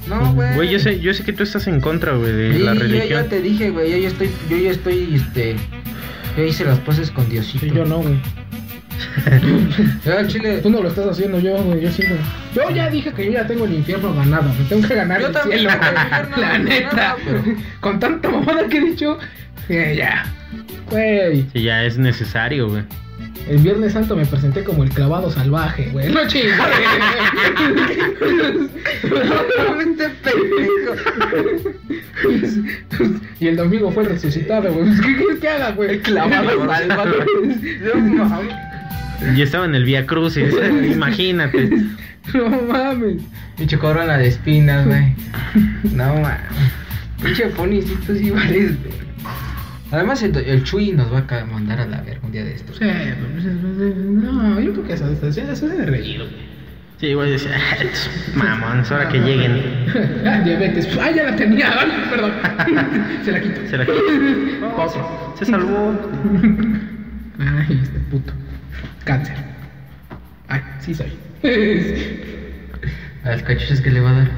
Speaker 3: No,
Speaker 1: Pues,
Speaker 3: güey.
Speaker 1: Güey, yo sé, yo sé que tú estás en contra, güey, de
Speaker 3: Sí,
Speaker 1: la
Speaker 3: Yo ya
Speaker 1: religión.
Speaker 3: te dije, güey. Yo ya estoy. Yo ya estoy, este. Yo hice las paces con Diosito.
Speaker 2: Sí, yo no, güey.
Speaker 3: Ya, al chile.
Speaker 2: Tú no lo estás haciendo yo, güey. Yo sí, güey. Yo ya dije que yo ya tengo el infierno ganado. Me tengo que ganar
Speaker 3: Yo
Speaker 2: el
Speaker 3: también
Speaker 2: cielo,
Speaker 3: tengo (laughs) el infierno
Speaker 2: güey. La
Speaker 3: ganado,
Speaker 2: neta.
Speaker 3: pero-
Speaker 2: Con tanta mamada que he dicho, eh, ya. Güey,
Speaker 1: Sí, ya es necesario, güey.
Speaker 2: el Viernes Santo me presenté como el clavado salvaje, güey. No chingues. (laughs)
Speaker 3: (laughs) Este pendejo.
Speaker 2: (laughs) y el domingo fue resucitado, güey. ¿Qué quieres que haga, güey? El
Speaker 3: Clavado salva, güey. No mames.
Speaker 1: Y estaba en el Vía
Speaker 3: (laughs)
Speaker 1: Crucis, eh, imagínate.
Speaker 2: (laughs) No mames.
Speaker 3: Pinche corona de espinas, güey. No mames. Pinche ponicito sí vales, güey. Además, el, el Chuy nos va a ca- mandar a la verga un día de estos.
Speaker 2: Sí, pues, No, yo creo que eso eso- eso es de reír, (laughs) güey.
Speaker 1: Sí, güey, decía, "Ah, estos mamones, ahora que lleguen.
Speaker 2: Ah, diabetes. Ah, ya la tenía. (laughs) Ay, Perdón. Se la quito.
Speaker 1: Se la
Speaker 2: Otro.
Speaker 1: Se salvó.
Speaker 2: (laughs) Ay, este puto. Cáncer. Ay, sí
Speaker 3: (laughs)
Speaker 2: soy.
Speaker 3: Al cachuchas que le va a dar.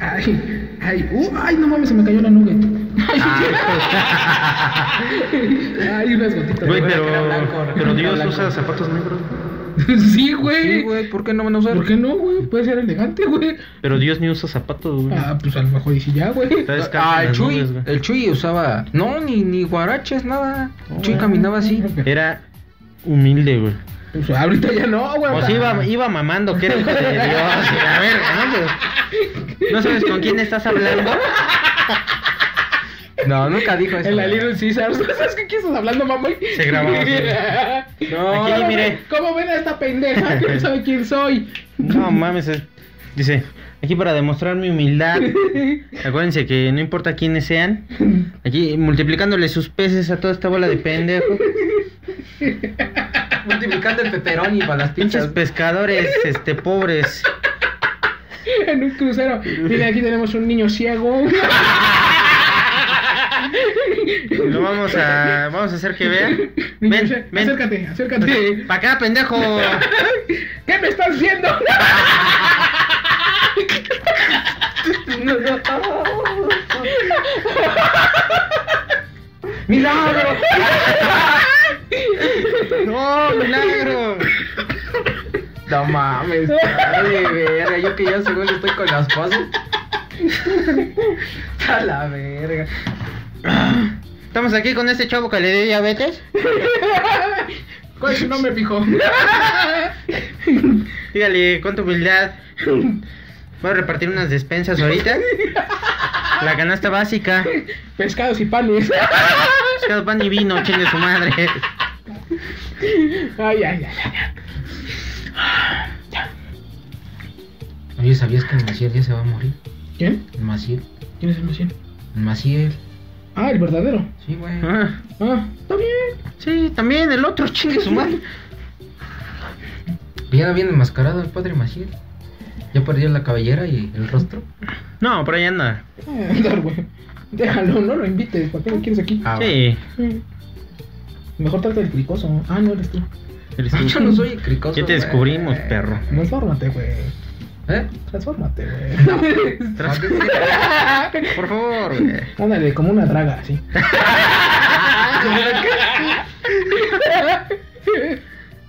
Speaker 2: Ay, ay, uh, ay, no mames, se me cayó la nugget. (laughs) Ay, unas gotitas.
Speaker 1: Güey,
Speaker 3: Güey,
Speaker 1: pero,
Speaker 3: que era blanco, que
Speaker 1: pero
Speaker 3: era
Speaker 1: Dios
Speaker 3: blanco.
Speaker 1: usa zapatos negros.
Speaker 2: (laughs) Sí, güey.
Speaker 3: Sí, güey, ¿por qué no van a usar? Ah,
Speaker 2: ¿Por qué no, güey? Puede ser elegante, güey.
Speaker 1: Pero Dios ni usa zapatos, güey.
Speaker 2: Ah, pues a lo mejor y si ya, güey.
Speaker 1: Está descalzo en
Speaker 3: el
Speaker 1: las
Speaker 3: Chuy,
Speaker 1: nubes, güey.
Speaker 3: el Chuy usaba, no, ni, ni guaraches, nada.
Speaker 2: Oh,
Speaker 3: El Chuy caminaba así.
Speaker 1: Era humilde, güey.
Speaker 2: Eh, Pues ahorita ya no, güey.
Speaker 1: Pues iba, iba mamando que era hijo de Dios. y A ver, ¿no? Pues, ¿No sabes con quién estás hablando?
Speaker 3: No, nunca dijo eso.
Speaker 2: En la
Speaker 3: güey.
Speaker 2: Little Caesar. (laughs) ¿Sabes qué quieres hablando, mamá?
Speaker 1: Se grababa
Speaker 2: (laughs)
Speaker 1: así.
Speaker 3: No,
Speaker 1: Aquí
Speaker 2: ¿Cómo
Speaker 1: mire.
Speaker 2: ven- ¿Cómo ven a esta pendeja que no sabe quién soy?
Speaker 1: No mames. es- Dice, aquí para demostrar mi humildad. Acuérdense que no importa quiénes sean. Aquí multiplicándole sus peces a toda esta bola de pendejo.
Speaker 3: multiplicando el peperoni para las
Speaker 1: Pinches
Speaker 3: pinches.
Speaker 1: pescadores, este, pobres.
Speaker 2: (laughs) En un crucero. Mira, aquí tenemos un niño ciego. (laughs)
Speaker 1: Lo vamos a, vamos a hacer que vean.
Speaker 2: Niño
Speaker 1: Ven,
Speaker 2: ciego.
Speaker 1: ven.
Speaker 2: Acércate, acércate.
Speaker 1: Pa' acá, pendejo.
Speaker 2: (laughs) ¿Qué me
Speaker 1: (laughs)
Speaker 2: estás haciendo?
Speaker 1: (laughs)
Speaker 2: (laughs)
Speaker 3: Milagro.
Speaker 1: ¡Oh, milagro!
Speaker 3: No mames, de verga. Yo que ya según estoy con las esposa. A la verga.
Speaker 1: Estamos aquí con este chavo que le dio diabetes.
Speaker 2: ¿Cuál es su nombre, pijo?
Speaker 1: Dígale, con tu humildad. Voy a repartir unas despensas ahorita. La canasta básica.
Speaker 2: (laughs) Pescados y panes. (laughs)
Speaker 1: Pescado, pan y vino, chingue su madre.
Speaker 2: Ay, ay, ay, ay.
Speaker 3: Oye, ¿sabías que el Maciel ya se va a morir?
Speaker 2: ¿Quién?
Speaker 3: El Maciel.
Speaker 2: ¿Quién es el Maciel?
Speaker 3: El Maciel.
Speaker 2: Ah, el verdadero.
Speaker 3: Sí, güey.
Speaker 1: Ah,
Speaker 2: Ah, está bien.
Speaker 1: sí, también el otro, (laughs) chingue su madre.
Speaker 3: Ya no viene enmascarado el padre Maciel. Ya perdió la cabellera y el rostro.
Speaker 1: No, por ahí anda.
Speaker 2: Ah, (laughs) andar, güey. Déjalo, no lo invites. ¿Para qué lo quieres aquí?
Speaker 3: Ah,
Speaker 1: Sí,
Speaker 2: Sí. Mejor trata del cricoso. Ah, no eres tú.
Speaker 1: eres
Speaker 3: bueno.
Speaker 1: tú.
Speaker 3: Yo no soy cricoso.
Speaker 1: Ya te
Speaker 3: güey.
Speaker 1: descubrimos, perro.
Speaker 2: Transfórmate, güey.
Speaker 3: ¿Eh?
Speaker 2: Transfórmate,
Speaker 3: No.
Speaker 2: güey.
Speaker 3: ¿Para qué quieres?
Speaker 1: Por favor, güey.
Speaker 2: Ándale, como una draga, así.
Speaker 1: (laughs)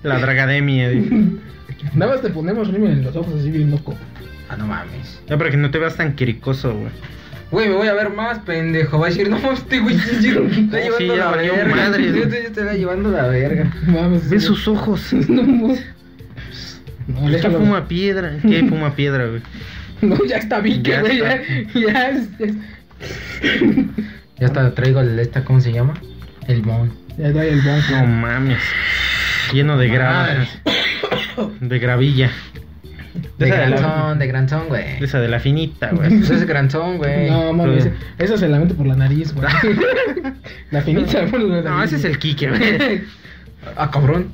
Speaker 1: La dragademia. dice.
Speaker 2: Nada más te ponemos rímel en los ojos así bien loco.
Speaker 3: Ah, no mames.
Speaker 1: Ya para que no te veas tan quiricoso, güey.
Speaker 3: Güey, me voy a ver más, pendejo. Va a decir, (laughs) no mames, este güey se está
Speaker 1: (laughs) Sí,
Speaker 3: llevando
Speaker 1: ya
Speaker 3: la
Speaker 1: valió
Speaker 3: verga.
Speaker 1: madre,
Speaker 3: Yo
Speaker 1: güey.
Speaker 3: te, yo te la llevando la verga.
Speaker 2: Vamos.
Speaker 1: Ve sus ojos.
Speaker 2: (laughs) No, no. No,
Speaker 1: Es que
Speaker 2: déjalo.
Speaker 1: fuma piedra. ¿Qué fuma piedra, güey?
Speaker 2: No, ya está bien,
Speaker 1: Ya
Speaker 2: güey. Ya,
Speaker 1: está.
Speaker 2: ya, es- ya, es-
Speaker 3: Ya hasta traigo el esta, ¿cómo se llama? El mon.
Speaker 2: ya trae el
Speaker 1: No
Speaker 2: banco.
Speaker 1: mames. Lleno de grava. De gravilla.
Speaker 3: De
Speaker 1: esa de, la,
Speaker 3: granzón, de granzón,
Speaker 1: de
Speaker 3: güey.
Speaker 1: esa de la finita, güey.
Speaker 3: Eso es granzón,
Speaker 1: (laughs)
Speaker 3: güey.
Speaker 2: No, mames. ese- Esa se la mete por la nariz, güey. La finita, por la nariz.
Speaker 1: No, ese es el Kike,
Speaker 2: (laughs)
Speaker 1: güey.
Speaker 3: Ah, cabrón.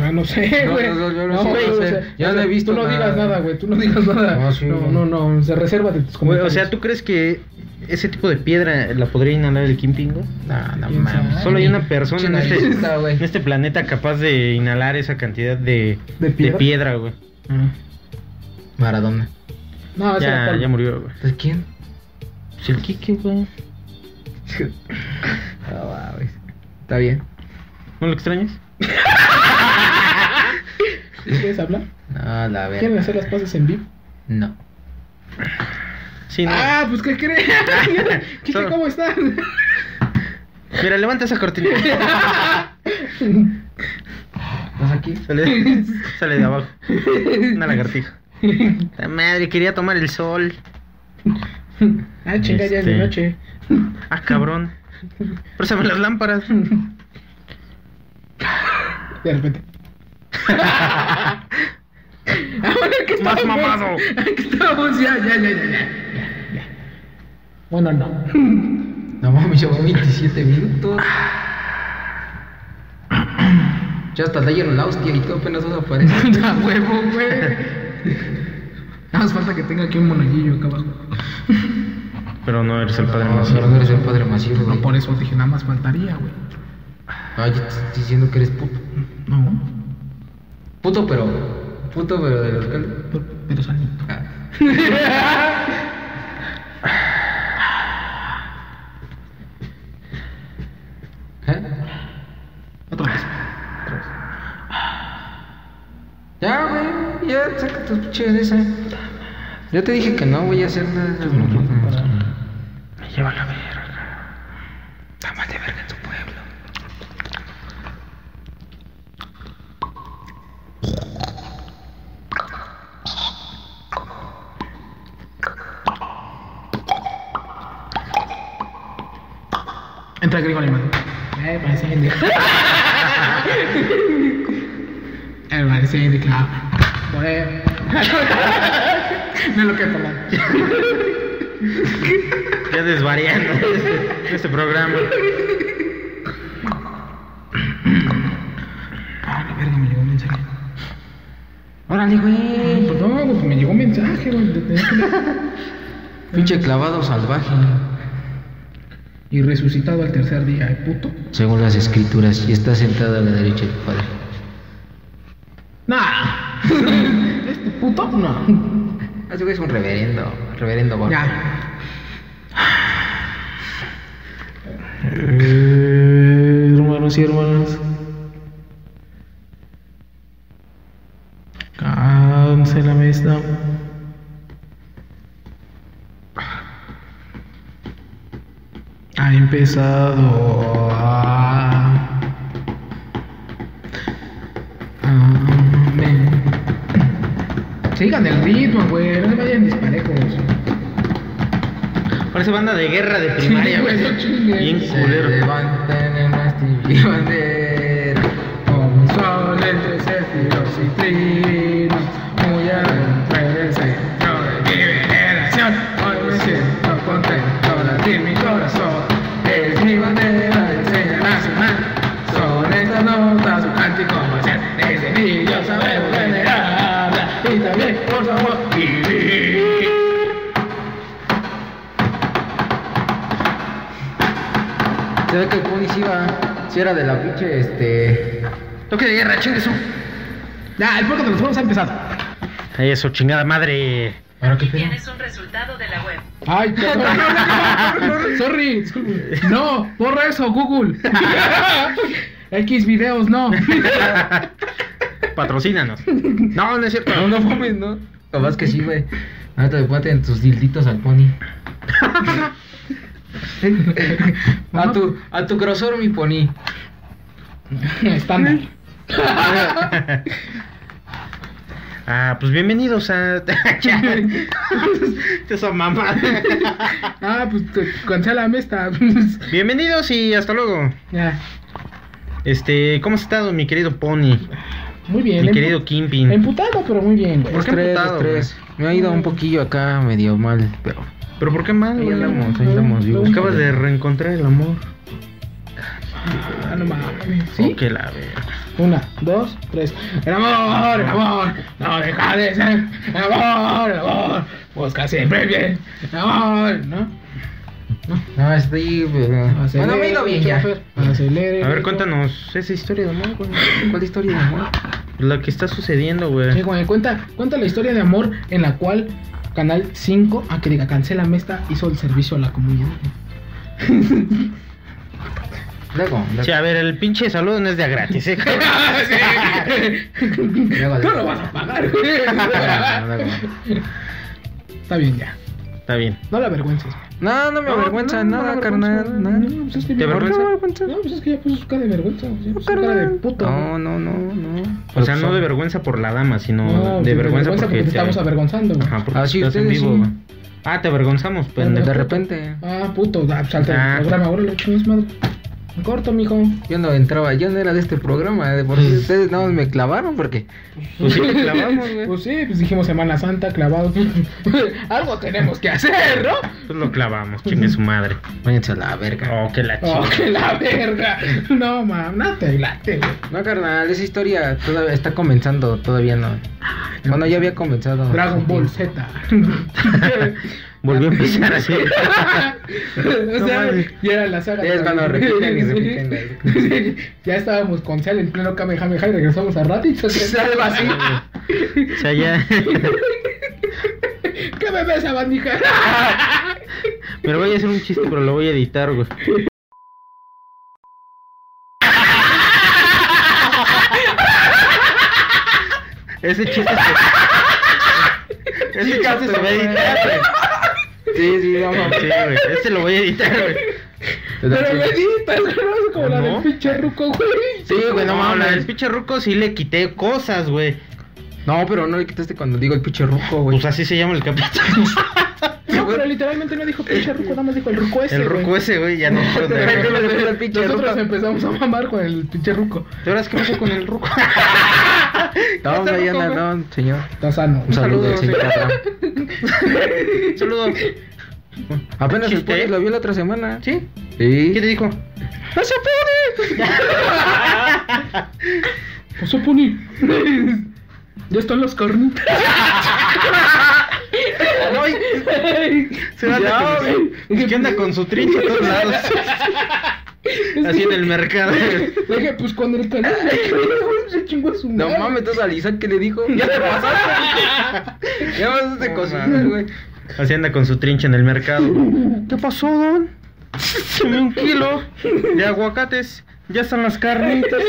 Speaker 2: Ah, no sé,
Speaker 3: No,
Speaker 2: güey.
Speaker 3: no, no, yo no sé,
Speaker 2: güey,
Speaker 3: no
Speaker 2: o
Speaker 3: sé.
Speaker 2: sea,
Speaker 3: Yo
Speaker 2: o
Speaker 3: no he
Speaker 2: sea,
Speaker 3: visto
Speaker 2: Tú no
Speaker 3: nada.
Speaker 2: digas nada, güey. Tú no digas nada.
Speaker 3: (laughs) No, sí,
Speaker 2: no,
Speaker 3: güey.
Speaker 2: no, no. Se reserva de tus
Speaker 1: Güey,
Speaker 2: comentarios.
Speaker 1: O sea, ¿tú crees que ese tipo de piedra la podría inhalar el Kimping, güey?
Speaker 3: No, no
Speaker 2: ¿Quién
Speaker 3: mames.
Speaker 2: sabe?
Speaker 1: Solo hay una persona en
Speaker 3: Pinche
Speaker 1: este, (laughs)
Speaker 3: naricita, güey.
Speaker 1: en este planeta capaz de inhalar esa cantidad de,
Speaker 2: ¿De
Speaker 1: de
Speaker 2: piedra?
Speaker 1: piedra, güey.
Speaker 2: Ah.
Speaker 3: Maradona.
Speaker 2: No, ese era
Speaker 1: Ya,
Speaker 2: Pablo.
Speaker 1: ya murió, güey.
Speaker 3: ¿Entonces
Speaker 1: (laughs)
Speaker 3: quién?
Speaker 1: Es el Kike, güey.
Speaker 3: No mames. Está bien.
Speaker 1: ¿No lo extrañas?
Speaker 2: ¿Quieres
Speaker 1: (laughs)
Speaker 2: hablar?
Speaker 3: No, la verga.
Speaker 2: ¿Quieren hacer las paces en vivo?
Speaker 3: No.
Speaker 1: Sí, no.
Speaker 2: Ah, pues ¿qué crees?
Speaker 1: (laughs)
Speaker 2: (laughs) ¿Qué,
Speaker 1: Solo-
Speaker 2: ¿Cómo estás?
Speaker 1: Mira, levanta esa (laughs) cortina.
Speaker 3: ¿Estás aquí?
Speaker 1: Sale, sale de abajo. (laughs) Una lagartija. La madre, quería tomar el sol.
Speaker 2: (laughs) ah, chinga, ya es de
Speaker 1: Este.
Speaker 2: noche.
Speaker 1: Ah, cabrón. Préstame las lámparas.
Speaker 2: De repente. (laughs) Ahora que
Speaker 1: Más
Speaker 2: estábamos-
Speaker 1: mamado.
Speaker 2: Que estábamos ya, ya, ya, ya, ya. ya, ya. Bueno, no.
Speaker 3: No mames, llevo 27 minutos. Ya hasta le dieron la hostia y tú apenas vas a aparecer.
Speaker 2: (laughs) A huevo, güey. Nada más falta que tenga aquí un monaguillo acá abajo.
Speaker 1: Pero no eres el padre
Speaker 3: No,
Speaker 1: más.
Speaker 3: no eres el padre masivo, güey.
Speaker 2: No, por eso dije, nada más faltaría, güey.
Speaker 3: Ay, yo te estoy diciendo que eres puto.
Speaker 2: No,
Speaker 3: Puto, pero. Puto, pero de los pelos.
Speaker 2: pero, pero salito.
Speaker 3: Ah, ¿Eh?
Speaker 2: Otra vez.
Speaker 3: Ya, güey. Ya, saca tus pinches de esa. Yo te dije que no voy a hacer nada de esas mamadas.
Speaker 1: Me lleva la verga.
Speaker 3: Está mal de verga en tu pueblo.
Speaker 2: Entra Grigol hermano. Eh, parece gente. Eh, parece gente, claro. Por él. No lo que hablar.
Speaker 1: Ya desvariando este, este programa.
Speaker 2: Ah, la verga, me llegó un mensaje.
Speaker 3: Órale, güey.
Speaker 2: Pues no, pues me llegó un mensaje, güey. de tener que-
Speaker 3: Pinche clavado salvaje.
Speaker 2: Y resucitado al tercer día, eh, puto.
Speaker 3: Según las escrituras, y está sentado a la derecha de tu padre.
Speaker 2: Nah. (laughs) ¿Este puto? No.
Speaker 3: Ese güey es un reverendo. Reverendo, gordo.
Speaker 2: Ya. Eh,
Speaker 1: hermanos y hermanas.
Speaker 2: Cancélame esta. Ha empezado. Ah, a- Amén. Sigan el ritmo, güey. No se vayan disparejos.
Speaker 1: Parece banda de guerra de primaria,
Speaker 2: Sí,
Speaker 1: güey. (laughs)
Speaker 2: güey, no chingues.
Speaker 1: Bien
Speaker 3: Se
Speaker 1: culero.
Speaker 3: levantan en más tibia (laughs) bandera,
Speaker 2: Como un sol entre céfiros y trinos, muy adentro del centro de mi veneración. Hoy me siento contento de latir mi corazón. Es mi bandera de enseña nacional. Son estas notas un cántico marcial. Desde niño sabemos venerarla y también, por favor, vivir.
Speaker 3: Se ve que el Pony sí iba, sí era de la pinche, este...
Speaker 1: Toque de guerra, chingue su.
Speaker 2: Ya, el podcast de los vamos a empezar.
Speaker 1: Eso, chingada madre.
Speaker 3: Bueno,
Speaker 1: (laughs)
Speaker 4: Y tienes un resultado de la web.
Speaker 2: Ay, perdón. Sorry, disculpe. No, borra eso,
Speaker 1: (laughs)
Speaker 2: Google. X videos, no.
Speaker 1: Patrocínanos. No, no es cierto.
Speaker 3: No, no fumes, ¿no? Capaz que sí, güey. Ahorita le ponen tus dilditos al
Speaker 1: (laughs)
Speaker 3: pony. a, tu, a tu grosor, mi pony.
Speaker 2: Estándar.
Speaker 1: Ah, pues bienvenidos a. (laughs) Esa mamá.
Speaker 2: Ah, pues te- cancélame esta. (laughs)
Speaker 1: bienvenidos y hasta luego.
Speaker 2: ya.
Speaker 1: Este, ¿cómo has estado, mi querido Pony?
Speaker 2: Muy bien.
Speaker 1: Mi
Speaker 2: empu-
Speaker 1: querido Kimpin.
Speaker 2: Emputado, pero muy bien, güey.
Speaker 1: ¿Por qué
Speaker 3: Estrés,
Speaker 1: emputado,
Speaker 3: estrés. Me ha ido un poquillo acá medio mal, pero.
Speaker 1: ¿Pero por qué mal?
Speaker 3: Ahí
Speaker 1: güey?
Speaker 3: andamos, ahí andamos vivos.
Speaker 1: Acabas de reencontrar el amor.
Speaker 2: Ah, no mames. ¿Sí?
Speaker 1: Oh, que la verga.
Speaker 2: Una, dos, tres. El amor, el amor, no deja de ser. El amor, el amor, busca siempre el bien. El amor, ¿no?
Speaker 3: No, estoy. Bueno,
Speaker 2: Acelere,
Speaker 3: me ha ido bien ya.
Speaker 2: chofer, Acelere.
Speaker 1: A ver,
Speaker 2: cuéntanos
Speaker 1: cuéntanos esa historia de amor, güey.
Speaker 3: ¿Cuál historia de amor?
Speaker 1: La que está sucediendo,
Speaker 2: Sí,
Speaker 1: güey.
Speaker 2: güey, cuenta, cuenta la historia de amor en la cual Canal 5, a que diga cancela Mesta, hizo el servicio a la comunidad.
Speaker 3: Luego, luego.
Speaker 1: Sí, a ver, el pinche saludo no es de a gratis, ¿eh?
Speaker 2: (laughs)
Speaker 3: luego,
Speaker 2: Tú
Speaker 3: luego.
Speaker 2: lo vas a pagar,
Speaker 3: Luego,
Speaker 2: güey.
Speaker 3: luego.
Speaker 2: Está bien, ya.
Speaker 1: Está bien.
Speaker 2: No la avergüences.
Speaker 3: No, no me avergüenza
Speaker 2: no,
Speaker 3: nada,
Speaker 2: no me
Speaker 3: carnal.
Speaker 2: avergüenza,
Speaker 3: nada.
Speaker 2: no, pues es que
Speaker 1: ¿Te
Speaker 2: mi-
Speaker 1: avergüenza?
Speaker 2: No, me avergüenza. No, pues es que ya puso su cara de vergüenza. ya puso su pues, cara de puto.
Speaker 3: No, no, no, no.
Speaker 1: O sea, no de vergüenza por la dama, sino
Speaker 2: No,
Speaker 1: de
Speaker 2: sí,
Speaker 1: vergüenza porque,
Speaker 2: te estamos avergonzando. güey.
Speaker 1: Ajá, porque
Speaker 3: Ah, sí,
Speaker 1: estás en
Speaker 3: ustedes
Speaker 1: vivo,
Speaker 3: sí.
Speaker 1: güey. Ah, te avergonzamos, pendejo.
Speaker 3: De repente.
Speaker 2: Ah, puto, da, salte
Speaker 1: Ah.
Speaker 2: del programa, ahora lo chingas madre. Corto, mijo.
Speaker 3: Yo no entraba, yo no era de este programa, de por si ustedes no me clavaron porque
Speaker 1: Pues sí, te clavamos, güey.
Speaker 2: Pues sí, pues dijimos Semana Santa, clavado. (laughs) Algo tenemos que hacer, ¿no?
Speaker 1: Pues lo clavamos, chingue su madre.
Speaker 3: váyanse a la verga.
Speaker 1: Oh, que la chica.
Speaker 2: Oh, que la verga. No, mam, no te late, güey.
Speaker 3: No, carnal, esa historia todavía está comenzando, todavía no. Bueno, ya había comenzado.
Speaker 2: (laughs) Dragon Ball Z.
Speaker 1: Volvió a empezar
Speaker 2: (laughs)
Speaker 1: así.
Speaker 2: o
Speaker 1: No
Speaker 2: sea,
Speaker 1: mames.
Speaker 2: ya era la saga.
Speaker 3: Ya es cuando repiten
Speaker 2: (laughs)
Speaker 3: y repiten.
Speaker 2: Sí, ya estábamos con Sal en pleno Kamehameha y regresamos a Raditz. o sea,
Speaker 3: Algo así.
Speaker 2: "Ah,
Speaker 1: O sea, ya.
Speaker 2: ¿Qué me ves, bandija?
Speaker 1: Pero voy a hacer un chiste, pero lo voy a editar, güey. Ese chiste se... Ese chiste se va a editar, güey.
Speaker 3: Sí, sí, no,
Speaker 1: Sí, güey. Ese lo voy a editar, güey.
Speaker 2: Pero me editas, ¿no? Es como la
Speaker 1: ¿No?
Speaker 2: del pinche ruco, güey.
Speaker 3: Sí, güey, no
Speaker 1: la del
Speaker 3: mames.
Speaker 1: pinche ruco sí le quité cosas, güey.
Speaker 3: No, pero no le quitaste cuando digo el pinche ruco, güey.
Speaker 1: Pues así se llama el capítulo.
Speaker 2: (laughs) No, pero literalmente no dijo pinche ruco, nada más dijo el ruco ese.
Speaker 1: El
Speaker 2: güey.
Speaker 1: ruco ese, güey, ya no sé
Speaker 2: (laughs)
Speaker 1: dónde, güey.
Speaker 3: Pero le puso el pinche
Speaker 2: Nosotros
Speaker 3: ruco.
Speaker 2: empezamos a mamar con el pinche ruco.
Speaker 1: ¿Y ahora es que pasó con el ruco?
Speaker 3: No,
Speaker 2: Está
Speaker 3: hombre, ya
Speaker 2: ruco,
Speaker 3: no, no, señor.
Speaker 2: Está sano.
Speaker 3: Un saludo,
Speaker 1: saludo,
Speaker 3: señor.
Speaker 1: Saludos.
Speaker 3: Apenas el
Speaker 1: ¿Chiste?
Speaker 3: pony lo vio la otra semana.
Speaker 1: ¿Sí?
Speaker 3: Sí.
Speaker 1: ¿Qué te dijo?
Speaker 3: ¡No se puede!
Speaker 2: Ah. Pues supone. Ya están las carnitas.
Speaker 1: Ay, se anda
Speaker 2: Ya,
Speaker 1: con su-
Speaker 2: güey.
Speaker 1: ¿Qué onda con su trinche a todos lados? Así en el
Speaker 2: (laughs)
Speaker 1: mercado.
Speaker 2: Le dije, pues cuando el canal le creyó, güey, se chingó a su
Speaker 3: No
Speaker 2: madre.
Speaker 3: mames, entonces al Isaac que le dijo, (laughs) ya te pasaste. ya pasaste de
Speaker 1: No
Speaker 3: cocinas,
Speaker 1: mames.
Speaker 3: güey.
Speaker 1: Así anda con su trinche en el mercado. ¿Qué pasó, don? Tomé un kilo de aguacates. Ya están las carnitas.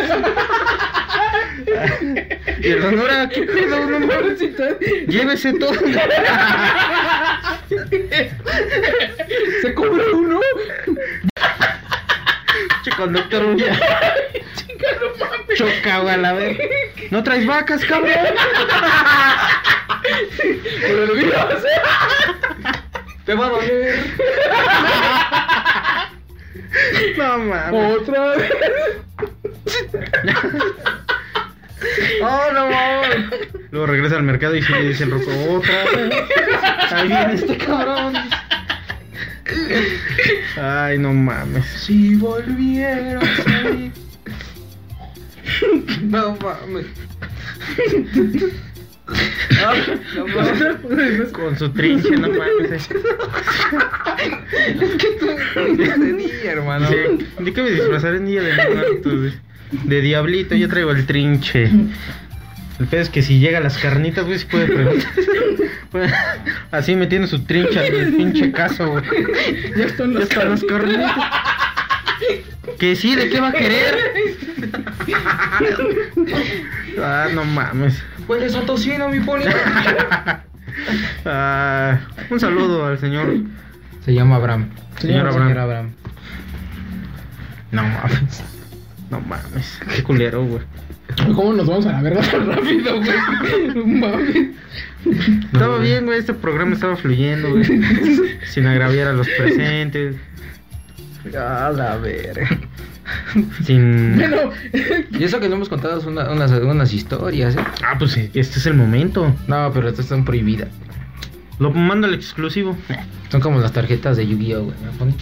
Speaker 1: Y el Sonora, ¿qué pedo, no mames? Llévese todo.
Speaker 3: Se cobra uno.
Speaker 1: Che conductor, ya. Choca, güey, a la vez. ¿No traes vacas, cabrón?
Speaker 3: Pero (laughs) lo miras. Te va a doler.
Speaker 1: No mames.
Speaker 3: Otra (laughs) vez.
Speaker 1: Oh, no mames. Luego regresa al mercado y se le dice el roco otra vez. Ahí viene este cabrón. Ay, no mames.
Speaker 3: Si volvieras a mí. No (laughs) mames. Ah, No mames.
Speaker 1: Con su trinche, no mames.
Speaker 3: Es que tú de niña, hermano.
Speaker 1: Sí, ¿De qué me disfrazaré en día de muertos? De diablito, yo traigo el trinche. El pedo es que si llega a las carnitas, güey, se puede preguntar. Puede- Así metiendo su trincha en el pinche caso, güey.
Speaker 2: Ya están
Speaker 1: Ya
Speaker 2: los
Speaker 1: están las carnitas. Que sí, ¿de qué va a querer? Ah, no mames.
Speaker 3: Hueles a tocino, Pues mi pony.
Speaker 1: Ah, un saludo al señor.
Speaker 3: Se llama Abraham.
Speaker 1: Señor Abraham.
Speaker 3: Señor Abraham.
Speaker 1: No mames. No mames. Qué culero, güey.
Speaker 2: ¿Cómo nos vamos a la verga tan rápido, güey? No mames.
Speaker 1: Estaba bien, güey, este programa estaba fluyendo, güey. Sin agraviar a los presentes,
Speaker 3: A la verga.
Speaker 1: sin...
Speaker 2: Bueno,
Speaker 3: Y eso que no hemos contado son una- unas, unas historias, ¿eh?
Speaker 1: Ah, pues este es el momento.
Speaker 3: No, pero estas están prohibidas.
Speaker 1: Lo mando al exclusivo.
Speaker 3: Son como las tarjetas de Yu-Gi-Oh, güey. ¿no, Pony?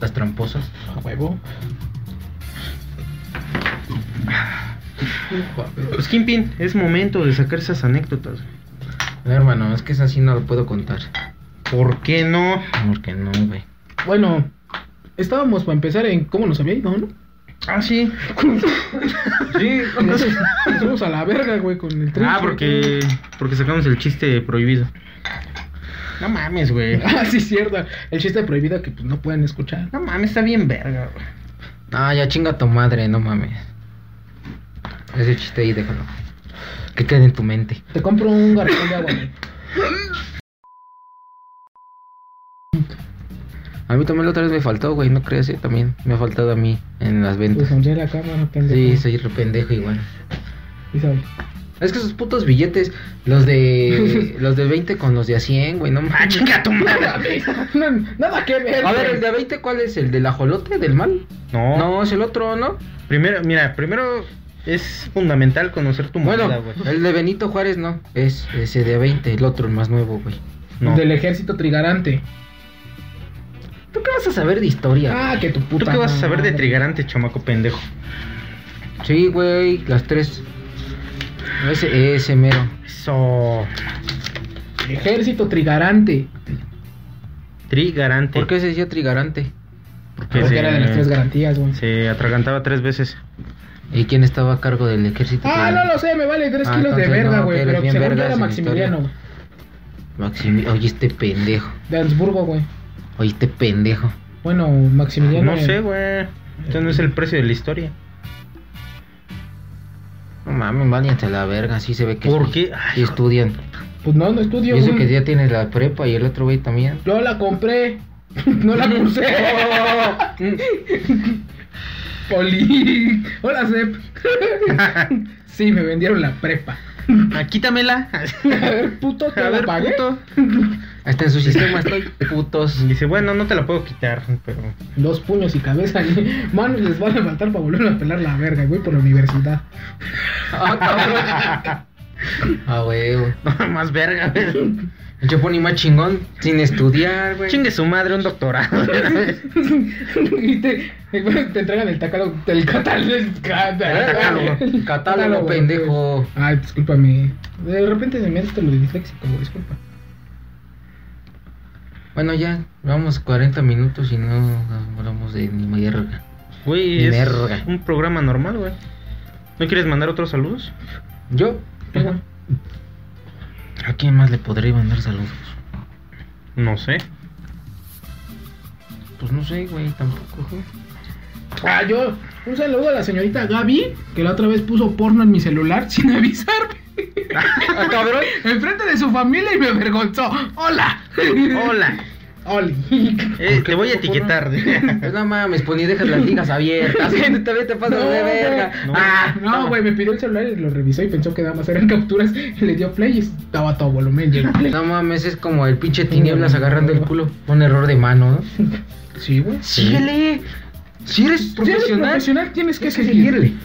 Speaker 3: Las tramposas.
Speaker 2: a huevo.
Speaker 1: Pues Kimpin, es momento de sacar esas anécdotas.
Speaker 3: No, hermano, es que es así, no lo puedo contar.
Speaker 1: ¿Por qué no?
Speaker 3: Porque no, güey.
Speaker 2: Bueno, estábamos para empezar en cómo nos había ido, ¿no?
Speaker 1: Ah, sí.
Speaker 3: Sí,
Speaker 2: Entonces, nos fuimos a la verga, güey, con el tren.
Speaker 1: Ah, porque porque sacamos el chiste prohibido. No mames,
Speaker 2: (laughs)
Speaker 1: güey.
Speaker 2: Ah, sí, cierto. El chiste prohibido que pues no pueden escuchar.
Speaker 1: No mames, está bien verga, güey.
Speaker 3: Ah, ya chinga tu madre, no mames. Ese chiste ahí, déjalo. Que quede en tu mente.
Speaker 2: Te compro un garrafón de agua, güey.
Speaker 3: A mí también la otra vez me faltó, güey, no creas, eh, también. Me ha faltado a mí en las
Speaker 2: Pues
Speaker 3: ventas.
Speaker 2: sonríe la cámara, pendejo.
Speaker 3: Sí, soy re pendejo igual.
Speaker 2: Isabel. (laughs)
Speaker 3: Es que esos putos billetes, los de los de 20 con los de a 100, güey, no mames.
Speaker 1: Ah, chinga tu madre.
Speaker 2: No, nada que ver.
Speaker 3: A ver,
Speaker 2: güey.
Speaker 3: el de 20, ¿cuál es? ¿El del ajolote? ¿Del mal?
Speaker 1: No.
Speaker 3: No, es el otro, ¿no?
Speaker 1: Primero, mira, primero es fundamental conocer tu
Speaker 3: Bueno,
Speaker 1: moneda, güey.
Speaker 3: el de Benito Juárez no. Es ese de 20, el otro, el más nuevo, güey.
Speaker 1: No.
Speaker 2: Del ejército trigarante.
Speaker 3: ¿Tú qué vas a saber de historia?
Speaker 2: Ah, que tu puta.
Speaker 1: ¿Tú qué vas a saber de
Speaker 2: madre.
Speaker 1: trigarante, chamaco pendejo?
Speaker 3: Sí, güey, las tres. Ese, ese mero.
Speaker 1: Eso.
Speaker 2: Ejército trigarante.
Speaker 1: Trigarante.
Speaker 3: ¿Por qué se decía trigarante?
Speaker 1: Porque,
Speaker 2: Porque
Speaker 1: se,
Speaker 2: era de las tres garantías, güey.
Speaker 1: se atragantaba tres veces.
Speaker 3: ¿Y quién estaba a cargo del ejército?
Speaker 2: Ah, no lo sé, me vale 3
Speaker 3: Ah,
Speaker 2: kilos de
Speaker 3: entonces
Speaker 2: verga,
Speaker 3: no,
Speaker 2: güey.
Speaker 3: que eres
Speaker 2: pero
Speaker 3: bien
Speaker 2: según yo
Speaker 3: vergas
Speaker 2: era
Speaker 3: en
Speaker 2: Maximiliano, güey.
Speaker 3: Maximi- Oye, este pendejo.
Speaker 2: De Habsburgo, güey.
Speaker 3: Oye, este pendejo.
Speaker 2: Bueno, Maximiliano.
Speaker 1: No
Speaker 2: eh,
Speaker 1: sé, güey. Este no es el precio de la
Speaker 2: (laughs)
Speaker 1: historia.
Speaker 3: No mames, váyanse a la verga, así se ve que
Speaker 1: ¿Por
Speaker 3: estu-
Speaker 1: qué? Ay,
Speaker 3: que estudian.
Speaker 2: Pues no, no estudio,
Speaker 3: y eso
Speaker 2: güey.
Speaker 3: que ya tiene la prepa y el otro güey también.
Speaker 2: Yo la compré. (laughs) No la cursé.
Speaker 3: (laughs)
Speaker 1: Ah,
Speaker 2: Poli. Hola, Zep. (laughs) sí, me vendieron la prepa. (laughs)
Speaker 1: Ah, quítamela.
Speaker 2: A ver, puto, te
Speaker 1: A
Speaker 2: la
Speaker 1: ver,
Speaker 2: pagué.
Speaker 1: puto.
Speaker 3: Hasta en su sistema estoy
Speaker 1: (laughs)
Speaker 3: putos.
Speaker 1: Dice, bueno, no te la puedo quitar, pero. (laughs)
Speaker 2: Dos puños y (laughs) cabeza. Manos les van a faltar para volver a pelar la verga, güey, por la universidad. (laughs)
Speaker 3: Ah, huevo.
Speaker 1: Más verga, güey.
Speaker 3: El Chaponi más chingón, sin estudiar, güey.
Speaker 1: Chingue su madre, un
Speaker 2: (laughs)
Speaker 1: doctorado.
Speaker 2: y te, (laughs) te entregan el catálogo. El catálogo. El (laughs)
Speaker 3: Catálogo, catálogo, pendejo.
Speaker 2: Ay, discúlpame. De repente se me hace lo disléxico, güey, disculpa.
Speaker 3: Bueno, ya, vamos 40 minutos y no hablamos de ni mierda.
Speaker 1: Güey, es
Speaker 3: Verga.
Speaker 1: un programa normal, güey. ¿No quieres mandar otros saludos?
Speaker 3: ¿Yo? ¿A quién más le podré mandar saludos?
Speaker 1: No
Speaker 2: (laughs)
Speaker 1: sé.
Speaker 3: Pues no sé, güey, tampoco. güey.
Speaker 2: Ah, yo, Un saludo a la señorita Gaby, que la otra vez puso porno en mi celular (laughs) sin avisarme.
Speaker 1: Ah, cabrón.
Speaker 2: Enfrente de su familia y me avergonzó. ¡Hola!
Speaker 1: Hola.
Speaker 2: ¡Oli!
Speaker 1: Eh, te voy a etiquetar. (laughs)
Speaker 3: Pues no mames, pues ni dejas las ligas abiertas.
Speaker 2: (laughs)
Speaker 3: Gente, también te pasas
Speaker 2: No,
Speaker 3: de verga.
Speaker 2: güey.
Speaker 1: No.
Speaker 3: Ah,
Speaker 2: No, güey, me pidió el celular y lo revisó y pensó que nada más eran capturas. Le dio play y estaba a todo volumen. y el play.
Speaker 3: No mames, es como el pinche tinieblas agarrando el culo. Un error de mano, ¿no?
Speaker 2: Sí, güey.
Speaker 3: Síguele. Si eres
Speaker 2: Si eres
Speaker 3: profesional.
Speaker 2: profesional tienes que
Speaker 3: Tienes que seguirle.
Speaker 2: seguirle.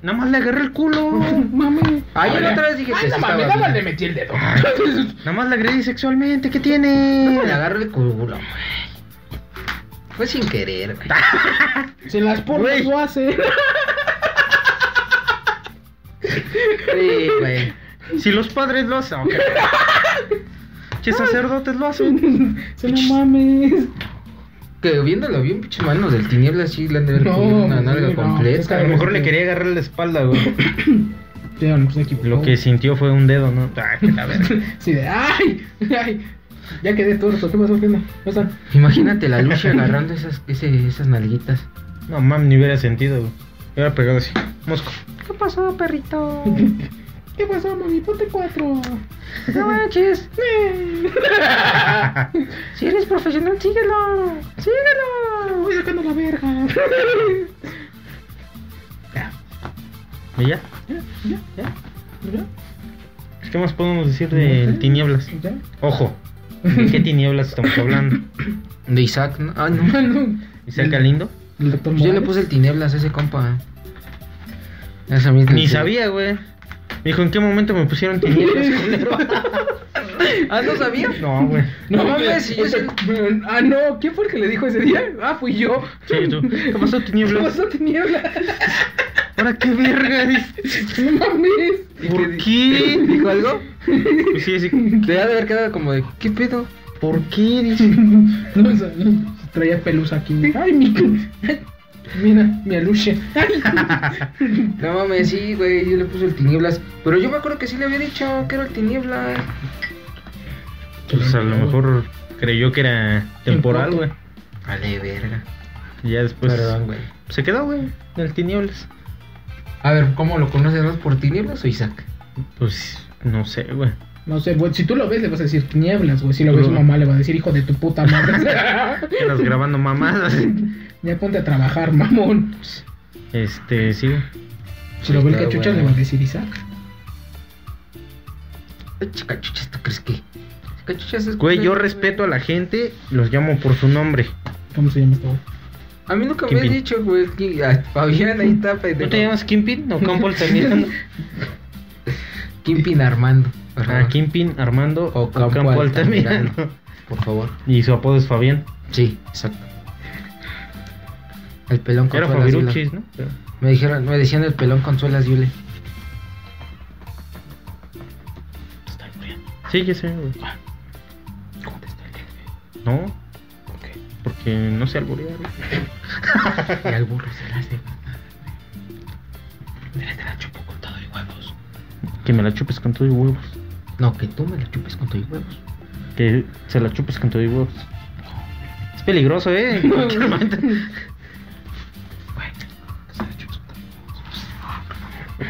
Speaker 1: Nada más le agarré el culo.
Speaker 2: Mami.
Speaker 3: Ay, yo la otra vez dije que
Speaker 2: Ay, no
Speaker 3: sí
Speaker 2: mames,
Speaker 3: estaba
Speaker 2: nada más le
Speaker 3: bien. Ah.
Speaker 2: metí el dedo.
Speaker 1: Nada más le agredí sexualmente. ¿Qué (laughs) tiene?
Speaker 3: Le agarro el culo, güey. Fue sin querer, güey.
Speaker 2: Ah, Si las porras
Speaker 1: Güey.
Speaker 2: lo hace. (laughs)
Speaker 3: Sí, güey.
Speaker 1: Si los padres lo hacen. (laughs) ok. Che, sacerdotes lo hacen.
Speaker 2: Si no mames.
Speaker 3: Que viéndolo bien, pinche manos del tinieblas sí le han de ver
Speaker 2: No,
Speaker 3: con una
Speaker 2: sí,
Speaker 3: nalga
Speaker 2: no, es
Speaker 1: A
Speaker 2: que-
Speaker 3: completa.
Speaker 1: lo mejor le quería agarrar la espalda, güey.
Speaker 2: Sí, no, pues, se equivocó.
Speaker 1: (laughs) Lo que sintió fue un dedo, ¿no? Ay, que la verga.
Speaker 2: (laughs) Sí, de ay, ay. Ya quedé torto. ¿Qué pasó, Kenda? ¿Cómo están?
Speaker 3: Imagínate la lucha agarrando esas, ese- esas nalguitas.
Speaker 1: No, mami, ni hubiera sentido, güey. Me hubiera pegado así. Mosco.
Speaker 5: ¿Qué pasó,
Speaker 3: (laughs)
Speaker 5: perrito?
Speaker 2: ¿Qué pasó, mami? Ponte cuatro.
Speaker 5: No
Speaker 3: (laughs)
Speaker 5: manches. Si eres profesional, síguelo. Síguelo.
Speaker 2: Voy sacando la verga. (laughs)
Speaker 1: ¿Y ya?
Speaker 2: ¿Ya? ¿Ya? ¿Ya? ¿Ya?
Speaker 1: ¿Qué más podemos decir de tinieblas?
Speaker 2: ¿Ya? (laughs)
Speaker 1: Ojo, ¿de qué tinieblas estamos hablando?
Speaker 3: De Isaac, ¿no? Ah, no.
Speaker 2: No.
Speaker 1: ¿Isaac Galindo?
Speaker 2: El doctor
Speaker 3: Pues yo le
Speaker 2: Morales.
Speaker 3: puse el tinieblas a ese compa. Esa misma.
Speaker 1: Ni sabía, güey. Me dijo, ¿en qué momento me pusieron (laughs) tinieblas? culero?
Speaker 3: Ah, no sabía.
Speaker 1: No, güey.
Speaker 2: No
Speaker 3: Mames,
Speaker 2: mames,
Speaker 3: sí,
Speaker 2: o sea, Ah, no, ¿quién fue el que le dijo ese día? Ah, fui yo.
Speaker 1: Sí, tú. ¿Qué pasó,
Speaker 2: ¿Qué
Speaker 1: tinieblas?
Speaker 2: pasó, tiniebla?
Speaker 1: ¿Ahora qué verga? dices?
Speaker 2: (laughs) No mames.
Speaker 1: ¿Por (laughs) qué?
Speaker 3: (laughs) ¿Dijo algo?
Speaker 1: Pues sí, así,
Speaker 3: Te ha de haber quedado como de, ¿qué pedo?
Speaker 1: ¿Por qué? Dice.
Speaker 2: (laughs) No, o sea, traía pelusa aquí. Ay, mi. (laughs) Mira, mi aluche.
Speaker 1: (laughs)
Speaker 3: No mames, sí, güey, yo le puse el tinieblas. Pero yo me acuerdo que sí le había dicho que era el tinieblas.
Speaker 1: Pues a lo mejor creyó que era temporal, güey.
Speaker 3: Vale, verga.
Speaker 1: Y Ya después
Speaker 3: Perdón, güey.
Speaker 1: se quedó, güey, en el tinieblas.
Speaker 3: A ver, ¿cómo lo conoces más por tinieblas o Isaac?
Speaker 1: Pues no sé, güey.
Speaker 2: No sé, güey, si tú lo ves le vas a decir tinieblas, güey. Si lo
Speaker 1: Tú
Speaker 2: ves
Speaker 1: lo-
Speaker 2: su mamá le va a decir hijo de tu puta (laughs) madre.
Speaker 1: Eras grabando mamadas.
Speaker 2: ya ponte a trabajar, mamón.
Speaker 1: Este, sí, güey.
Speaker 2: Si lo ve el
Speaker 3: Claro,
Speaker 2: cachucha
Speaker 3: güey.
Speaker 2: le va a decir Isaac.
Speaker 3: Ay, chica, chuchas, ¿tú crees que? Chica, chuchas, es-
Speaker 1: Güey, yo respeto a la gente, los llamo por su nombre.
Speaker 2: ¿Cómo se llama este güey?
Speaker 3: A mí nunca me has
Speaker 1: Kimpin.
Speaker 3: dicho, güey, que ah, Fabián ahí está, pendejo.
Speaker 1: ¿No te llamas Kimpin o Campbell también?
Speaker 3: Kimpin Armando. por favor.
Speaker 1: ah, Kimpin, Armando
Speaker 3: O
Speaker 1: o
Speaker 3: Campo
Speaker 1: Campo Altamirano.
Speaker 3: Altamirano. Por favor.
Speaker 1: (laughs) Y su apodo es Fabián.
Speaker 3: Sí, exacto. El pelón
Speaker 1: Era
Speaker 3: Consuelas Yule.
Speaker 1: Fabiruchis, ¿no? Pero-
Speaker 3: Me dijeron, me decían el pelón Consuelas Yule.
Speaker 1: Sí, ya sé, güey. No. Porque no se alburea, güey.
Speaker 3: Y al burro se las de.
Speaker 1: Que me la chupes con todo y huevos.
Speaker 3: No, que tú me la chupes con tus huevos.
Speaker 1: Que se la chupes con todo y huevos. Es peligroso, ¿eh? En cualquier momento.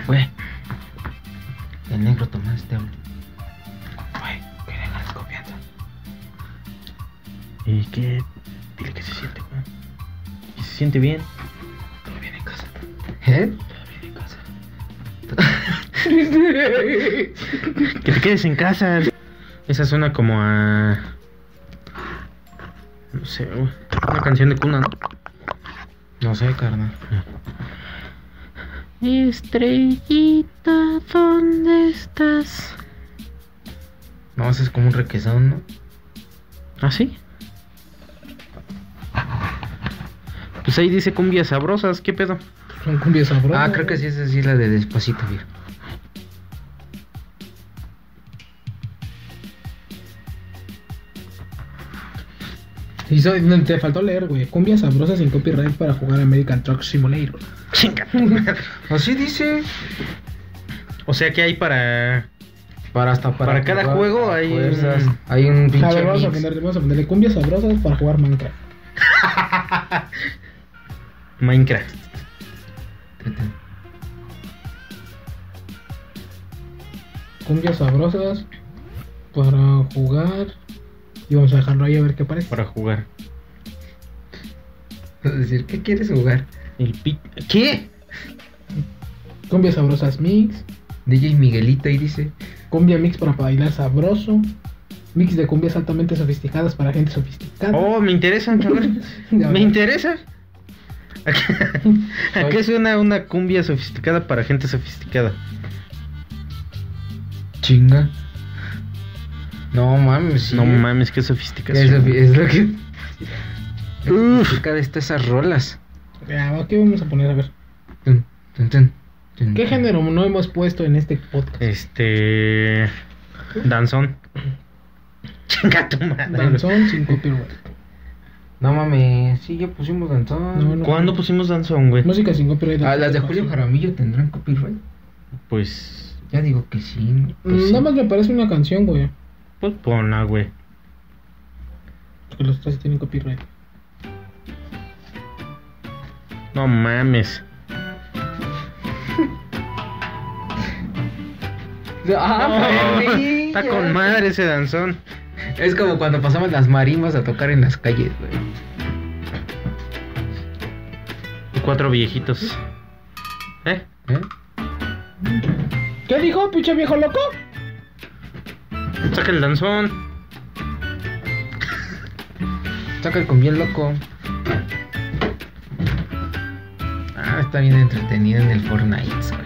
Speaker 3: Güey. (laughs) El negro este Tomás te habla.
Speaker 1: ¿Y qué? Dile que se siente, güey. Y se siente bien.
Speaker 3: ¿Eh?
Speaker 1: Que te quedes en casa. Esa suena como a. No sé, güey. Una canción de cuna, ¿no?
Speaker 3: No sé, carnal.
Speaker 5: Estrellita, ¿dónde estás?
Speaker 3: No, eso es como un requesón, ¿no?
Speaker 1: ¿Ah, sí? Pues ahí dice cumbias sabrosas, ¿qué pedo?
Speaker 2: Son cumbias sabrosas.
Speaker 3: Ah, creo que sí, esa sí es la de despacito, viejo.
Speaker 2: Y so- no, te faltó leer, güey. Cumbias sabrosas sin copyright para jugar American Truck Simulator.
Speaker 1: Chinga.
Speaker 3: Así dice.
Speaker 1: O sea que hay para.
Speaker 3: Para hasta
Speaker 1: Para cada
Speaker 3: jugar,
Speaker 1: juego
Speaker 3: para
Speaker 1: hay
Speaker 3: fuerzas,
Speaker 1: un-
Speaker 3: hay un
Speaker 2: A
Speaker 3: pinche
Speaker 2: ver, vamos a,
Speaker 3: mix.
Speaker 2: ponerle, vamos a ponerle cumbias sabrosas para jugar Minecraft.
Speaker 1: Minecraft.
Speaker 3: respeten.
Speaker 2: Cumbias sabrosas para jugar. Y vamos a dejarlo ahí a ver qué parece.
Speaker 1: para jugar.
Speaker 3: (laughs) Es decir, ¿qué quieres jugar?
Speaker 1: El pi... ¿Qué?
Speaker 2: Cumbias sabrosas mix.
Speaker 3: DJ Miguelito y dice,
Speaker 2: Cumbia mix para bailar sabroso. Mix de cumbias altamente sofisticadas para gente sofisticada.
Speaker 1: Oh, me interesan, cabrón.
Speaker 2: (laughs)
Speaker 3: (laughs)
Speaker 2: Ya,
Speaker 1: me
Speaker 2: ya.
Speaker 1: interesa. ¿A qué, a qué suena una cumbia sofisticada para gente sofisticada?
Speaker 3: chinga. No mames, sí.
Speaker 1: No mames, qué
Speaker 3: Es
Speaker 1: sofisticación.
Speaker 3: lo, es lo que...
Speaker 1: (laughs) Uf.
Speaker 3: Cada está esas rolas.
Speaker 2: Ya, ¿Qué vamos a poner? A ver.
Speaker 3: Tun, tun, tun, tun,
Speaker 2: ¿Qué
Speaker 3: tun.
Speaker 2: género no hemos puesto en este podcast?
Speaker 1: Este. Danzón. Chinga tu
Speaker 3: Ah,
Speaker 1: madre.
Speaker 2: Danzón sin copyright.
Speaker 3: No mames, sí, ya pusimos danzón.
Speaker 2: No, no.
Speaker 1: ¿Cuándo pusimos danzón, güey?
Speaker 2: Música sin copyright. Pues
Speaker 3: Ah, las de Julio Jaramillo tendrán copyright.
Speaker 1: Pues.
Speaker 3: Ya digo que sí. pues sí.
Speaker 2: Nada más Mm, me parece una canción, güey.
Speaker 1: Pues ponla, güey.
Speaker 2: Que los tres tienen copyright.
Speaker 1: No mames.
Speaker 2: (laughs)
Speaker 3: Ah, perrillo.
Speaker 1: está con madre ese danzón.
Speaker 3: Es como cuando pasaban las marimbas a tocar en las calles, güey.
Speaker 1: Cuatro viejitos. ¿Eh?
Speaker 3: ¿Eh?
Speaker 2: ¿Qué dijo, pinche viejo loco?
Speaker 1: Saca el danzón.
Speaker 3: Toca el cumbia loco. Ah, está bien entretenido en el Fortnite, güey.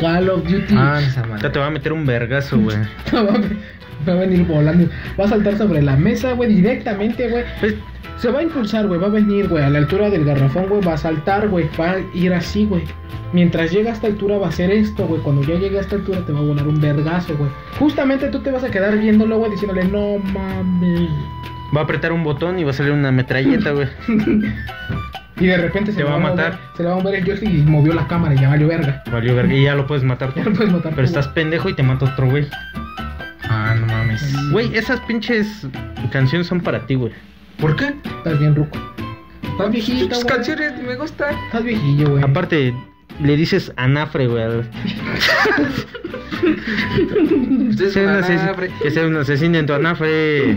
Speaker 2: Call of Duty.
Speaker 3: Ah, esa
Speaker 1: Ya te
Speaker 3: madre.
Speaker 1: va a meter un vergazo, güey.
Speaker 2: No, va, (laughs) va a venir volando. Va a saltar sobre la mesa, güey, directamente, güey.
Speaker 1: Pues,
Speaker 2: Se va a impulsar, güey. Va a venir, güey, a la altura del garrafón, güey. Va a saltar, güey. Va a ir así, güey. Mientras llega a esta altura va a hacer esto, güey. Cuando ya llegue a esta altura te va a volar un vergazo, güey. Justamente tú te vas a quedar viéndolo, güey, diciéndole, no mames.
Speaker 1: va a apretar un botón y va a salir una metralleta, güey.
Speaker 2: Y de repente se
Speaker 1: Te
Speaker 2: le
Speaker 1: va a
Speaker 2: mover-
Speaker 1: matar.
Speaker 2: se le va a mover el joystick y movió la cámara y ya valió verga. (laughs)
Speaker 1: Valió verga. Y ya lo puedes matar tú.
Speaker 2: Ya lo (laughs) puedes matar.
Speaker 1: Pero
Speaker 2: tú, güey.
Speaker 1: estás pendejo y te mata otro, güey.
Speaker 3: Ah, no mames.
Speaker 1: Güey, esas pinches canciones son para ti, güey.
Speaker 3: ¿Por qué?
Speaker 2: Estás bien ruco. Estás viejito,
Speaker 3: Tus
Speaker 2: güey.
Speaker 3: canciones me gustan.
Speaker 2: Estás viejillo, güey.
Speaker 1: Aparte, le dices anafre, güey. al-
Speaker 3: Ustedes
Speaker 1: Sea un
Speaker 3: son
Speaker 1: ases-
Speaker 3: anafre.
Speaker 1: Que sea un asesino en tu anafre.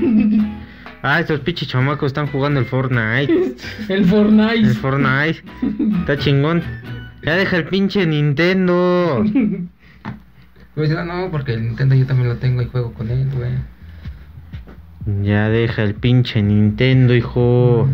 Speaker 1: Ah, estos pinches chamacos están jugando el Fortnite.
Speaker 2: El
Speaker 1: El
Speaker 2: Fortnite.
Speaker 1: Fortnite. Está chingón. Ya deja el pinche Nintendo.
Speaker 3: Pues no, no, porque el Nintendo yo también lo tengo y juego con él, güey.
Speaker 1: Ya deja el pinche Nintendo, hijo.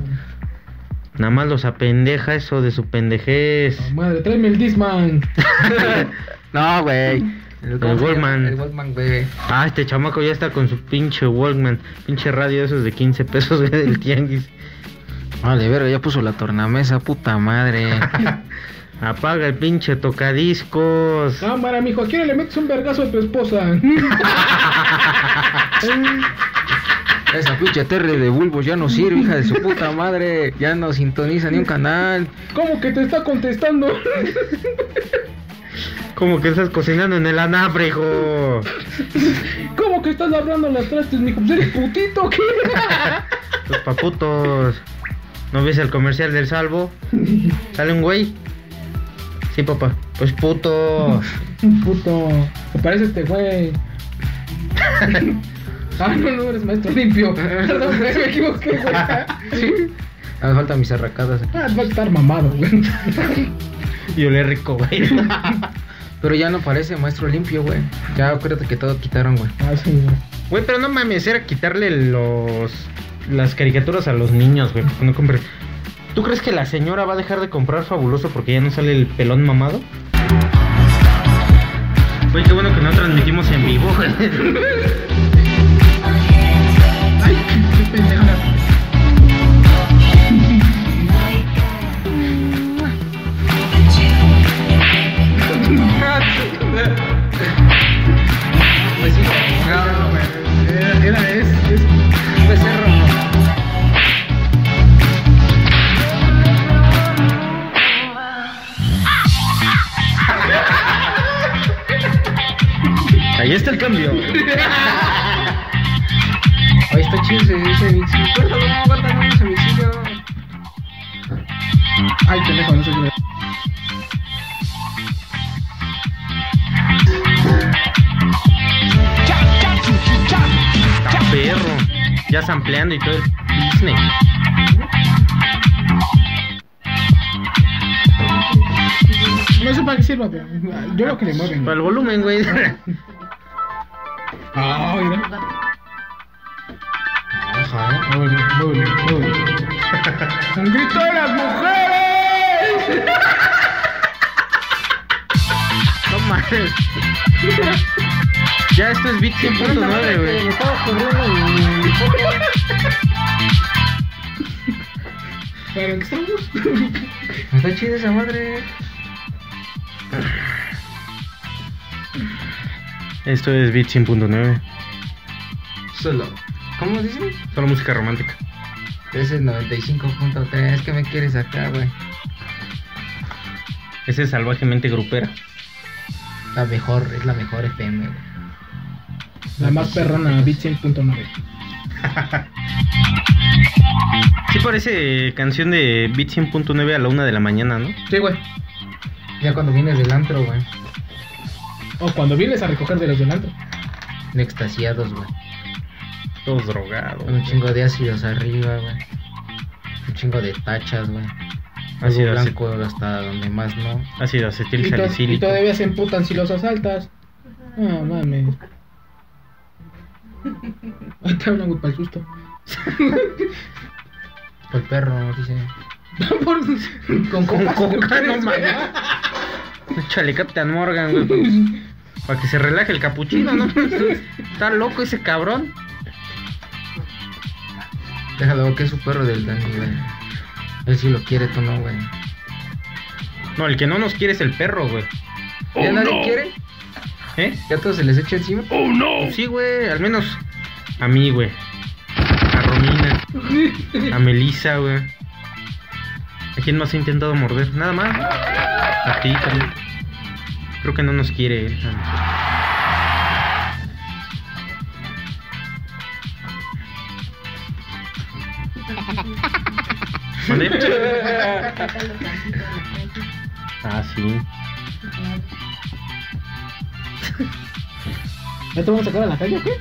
Speaker 1: Nada más los apendeja eso de su pendejez.
Speaker 2: Madre, tráeme el Disman. (laughs)
Speaker 1: No, güey.
Speaker 3: El,
Speaker 1: Walkman.
Speaker 3: El Walkman, güey.
Speaker 1: Ah, este chamaco ya está con su pinche Walkman. Pinche radio de esos de 15 pesos (laughs) güey, del tianguis.
Speaker 3: Vale, verga, Ah, ya puso la tornamesa, puta madre. (laughs)
Speaker 1: Apaga el pinche tocadiscos.
Speaker 2: Cámara, mijo, ¿a quién le metes un vergazo a
Speaker 1: (laughs)
Speaker 2: tu esposa? (laughs)
Speaker 3: Esa pinche TR de bulbos ya no sirve, hija de su puta madre. Ya no sintoniza ni un canal.
Speaker 2: ¿Cómo que te está contestando? (laughs)
Speaker 1: Como que estás cocinando en el anafre, hijo.
Speaker 2: ¿Cómo que estás hablando a las trastes, mijo? Pues eres putito, o ¿qué? (laughs)
Speaker 1: Los paputos. ¿No ves el comercial del salvo? ¿Sale un güey? Sí, papá. Pues puto.
Speaker 2: Puto, te parece este güey. (laughs) Ah, no, no, eres maestro limpio. Perdón, güey, me equivoqué, güey.
Speaker 3: Hace falta mis arracadas. aquí.
Speaker 2: Ah, va a estar mamado, (laughs) güey.
Speaker 1: Y olé rico, güey.
Speaker 3: Pero ya no parece maestro limpio, güey. Ya acuérdate que todo quitaron, güey.
Speaker 2: Ah, sí, güey.
Speaker 1: Güey, pero no mames, era quitarle los las caricaturas a los niños, güey, porque no compré. ¿Tú crees que la señora va a dejar de comprar fabuloso porque ya no sale el pelón mamado? Güey, qué bueno que no transmitimos en vivo, güey.
Speaker 2: Ay, qué pendeja. Era, era, es, es.
Speaker 1: Ahí está el cambio.
Speaker 3: Ahí está chido ese, ese mixillo. Guárdalo, guárdalo, ese mixillo.
Speaker 2: Ay, pendejo, no sé qué.
Speaker 1: ya sampleando y todo el Disney.
Speaker 2: No sé para qué sirva, pero ah, yo lo que le mueven.
Speaker 1: Para el volumen, güey. (laughs)
Speaker 2: Ah, mira.
Speaker 3: Ajá.
Speaker 2: Muévele, muévele, muévele. ¡Un grito de las mujeres!
Speaker 1: No mames. Ya esto es Beat 100.9, güey.
Speaker 2: ¿Para qué estamos?
Speaker 3: Está chida esa madre.
Speaker 1: Esto es Beat 100.9.
Speaker 3: Solo. ¿Cómo dicen?
Speaker 1: Solo música romántica.
Speaker 3: Ese es 95.3. ¿Qué me quieres acá, güey?
Speaker 1: Ese es salvajemente grupera.
Speaker 3: La mejor, es la mejor FM, güey.
Speaker 2: La más perrona, Beat 100.9.
Speaker 1: Sí parece canción de Beat 100.9 a la una de la mañana, ¿no?
Speaker 2: Sí, güey.
Speaker 3: Ya cuando vienes del antro, güey.
Speaker 2: O cuando vienes a recoger de los delante.
Speaker 3: De extasiados, güey.
Speaker 1: Todos drogados.
Speaker 3: Con un chingo de ácidos arriba, güey. Un chingo de tachas, güey. Algo
Speaker 1: Ácido acet-
Speaker 3: blanco hasta donde más no.
Speaker 1: ácido
Speaker 2: Y,
Speaker 1: acetil
Speaker 2: to- y
Speaker 1: salicílico.
Speaker 2: todavía se emputan si los asaltas. No (laughs) mames. Ahí te hablan, güey, para el susto.
Speaker 3: El Pues perro, dice.
Speaker 2: Por- con
Speaker 1: Con
Speaker 2: copas,
Speaker 1: coca, no
Speaker 2: güey.
Speaker 1: mames. Échale Captain Morgan,
Speaker 2: (laughs)
Speaker 1: güey. pues, Para que se relaje el capuchino, ¿no? (laughs) Está loco ese cabrón.
Speaker 3: Déjalo, que es su perro del Dani, güey. Él sí lo quiere, tú no, güey.
Speaker 1: No, el que no nos quiere es el perro, güey.
Speaker 3: ¿Ya nadie quiere?
Speaker 1: ¿Eh?
Speaker 3: ¿Ya todos se les echa encima?
Speaker 1: Pues sí, güey. Al menos a mí, güey. A Romina. A Melissa, güey. ¿A quién más ha intentado morder? Nada más. A ti también. Creo que no nos quiere él. a nosotros. ¿Mande? Ah, sí.
Speaker 2: ¿Ya te vamos a sacar a la calle o qué?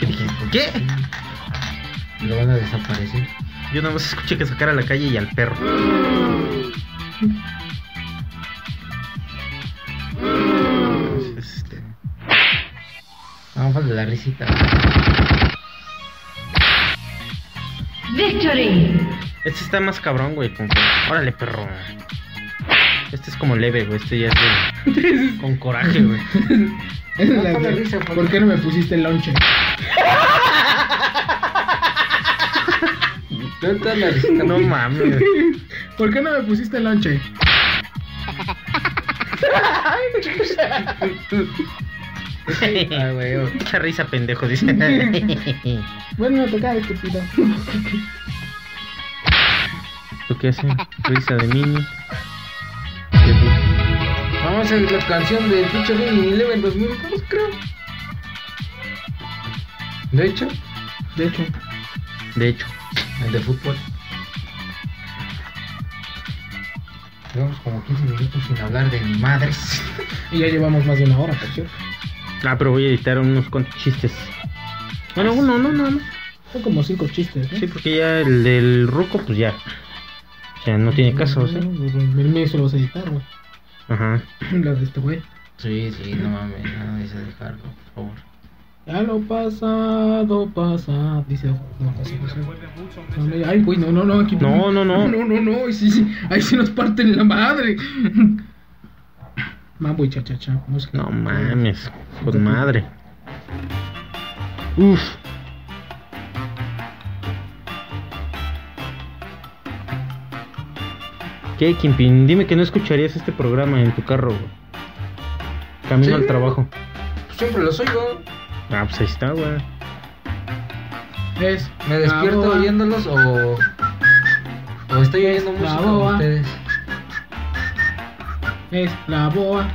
Speaker 1: ¿Qué dijiste? ¿Qué?
Speaker 3: Lo van a desaparecer.
Speaker 1: Yo nada más escuché que sacar a la calle y al perro. Entonces, este,
Speaker 3: Vamos a la risita. güey.
Speaker 6: Victory!
Speaker 1: Este está más cabrón, güey. Con... Órale, perro. Este es como leve, güey. Este ya es de... con coraje, güey.
Speaker 2: Es
Speaker 3: No,
Speaker 2: la
Speaker 3: toma
Speaker 2: de-
Speaker 3: risa, por-
Speaker 2: ¿Por qué no me pusiste el lonche?
Speaker 3: ¿Dónde está la risita?
Speaker 1: No
Speaker 3: güey?
Speaker 1: mames. güey.
Speaker 2: ¿Por qué no me pusiste el lonche?
Speaker 3: Ah, güey. oh.
Speaker 1: Mucha risa, pendejo, dice.
Speaker 2: Bueno, me toca este estúpido.
Speaker 1: ¿Tú qué haces? Risa de mini.
Speaker 3: Vamos a hacer la canción de Picho Mini Eleven 2002, creo. De hecho,
Speaker 2: De hecho,
Speaker 1: De hecho,
Speaker 3: el de fútbol. Llevamos como 15 minutos sin hablar de mi madre.
Speaker 2: y ya llevamos más de una hora, por cierto.
Speaker 1: ah, pero voy a editar unos cuantos chistes. Bueno, uno, no, no, no.
Speaker 2: Son como cinco chistes. ¿eh?
Speaker 1: Sí, porque ya el del ruco, pues ya. O sea, no tiene caso, ¿sí?
Speaker 2: El mío se lo vas a editar, güey. (clears throat)
Speaker 1: Ajá.
Speaker 2: La de este güey.
Speaker 3: (laughs) Sí, sí, no mames, no dice dejarlo, por favor.
Speaker 2: Ya lo pasado, pasa. Dice. No, pasa, pasa. No, no, Ay, güey, no, no, no. Aquí,
Speaker 1: No, no, no.
Speaker 2: (laughs) No, no, no. y sí, sí, ahí sí nos parten la madre. (laughs) Mambo y cha, cha, cha. música.
Speaker 1: No mames, con madre. Uf. ¿Qué, Kimpin? Dime que no escucharías este programa en tu carro, güey. Camino
Speaker 3: Sí.
Speaker 1: al trabajo.
Speaker 3: Siempre los oigo.
Speaker 1: Ah, pues ahí está, güey.
Speaker 2: Es.
Speaker 3: ¿Me despierto
Speaker 2: la boa,
Speaker 3: oyéndolos o.? O estoy oyendo música con
Speaker 2: boa.
Speaker 3: ustedes.
Speaker 2: Es la boa.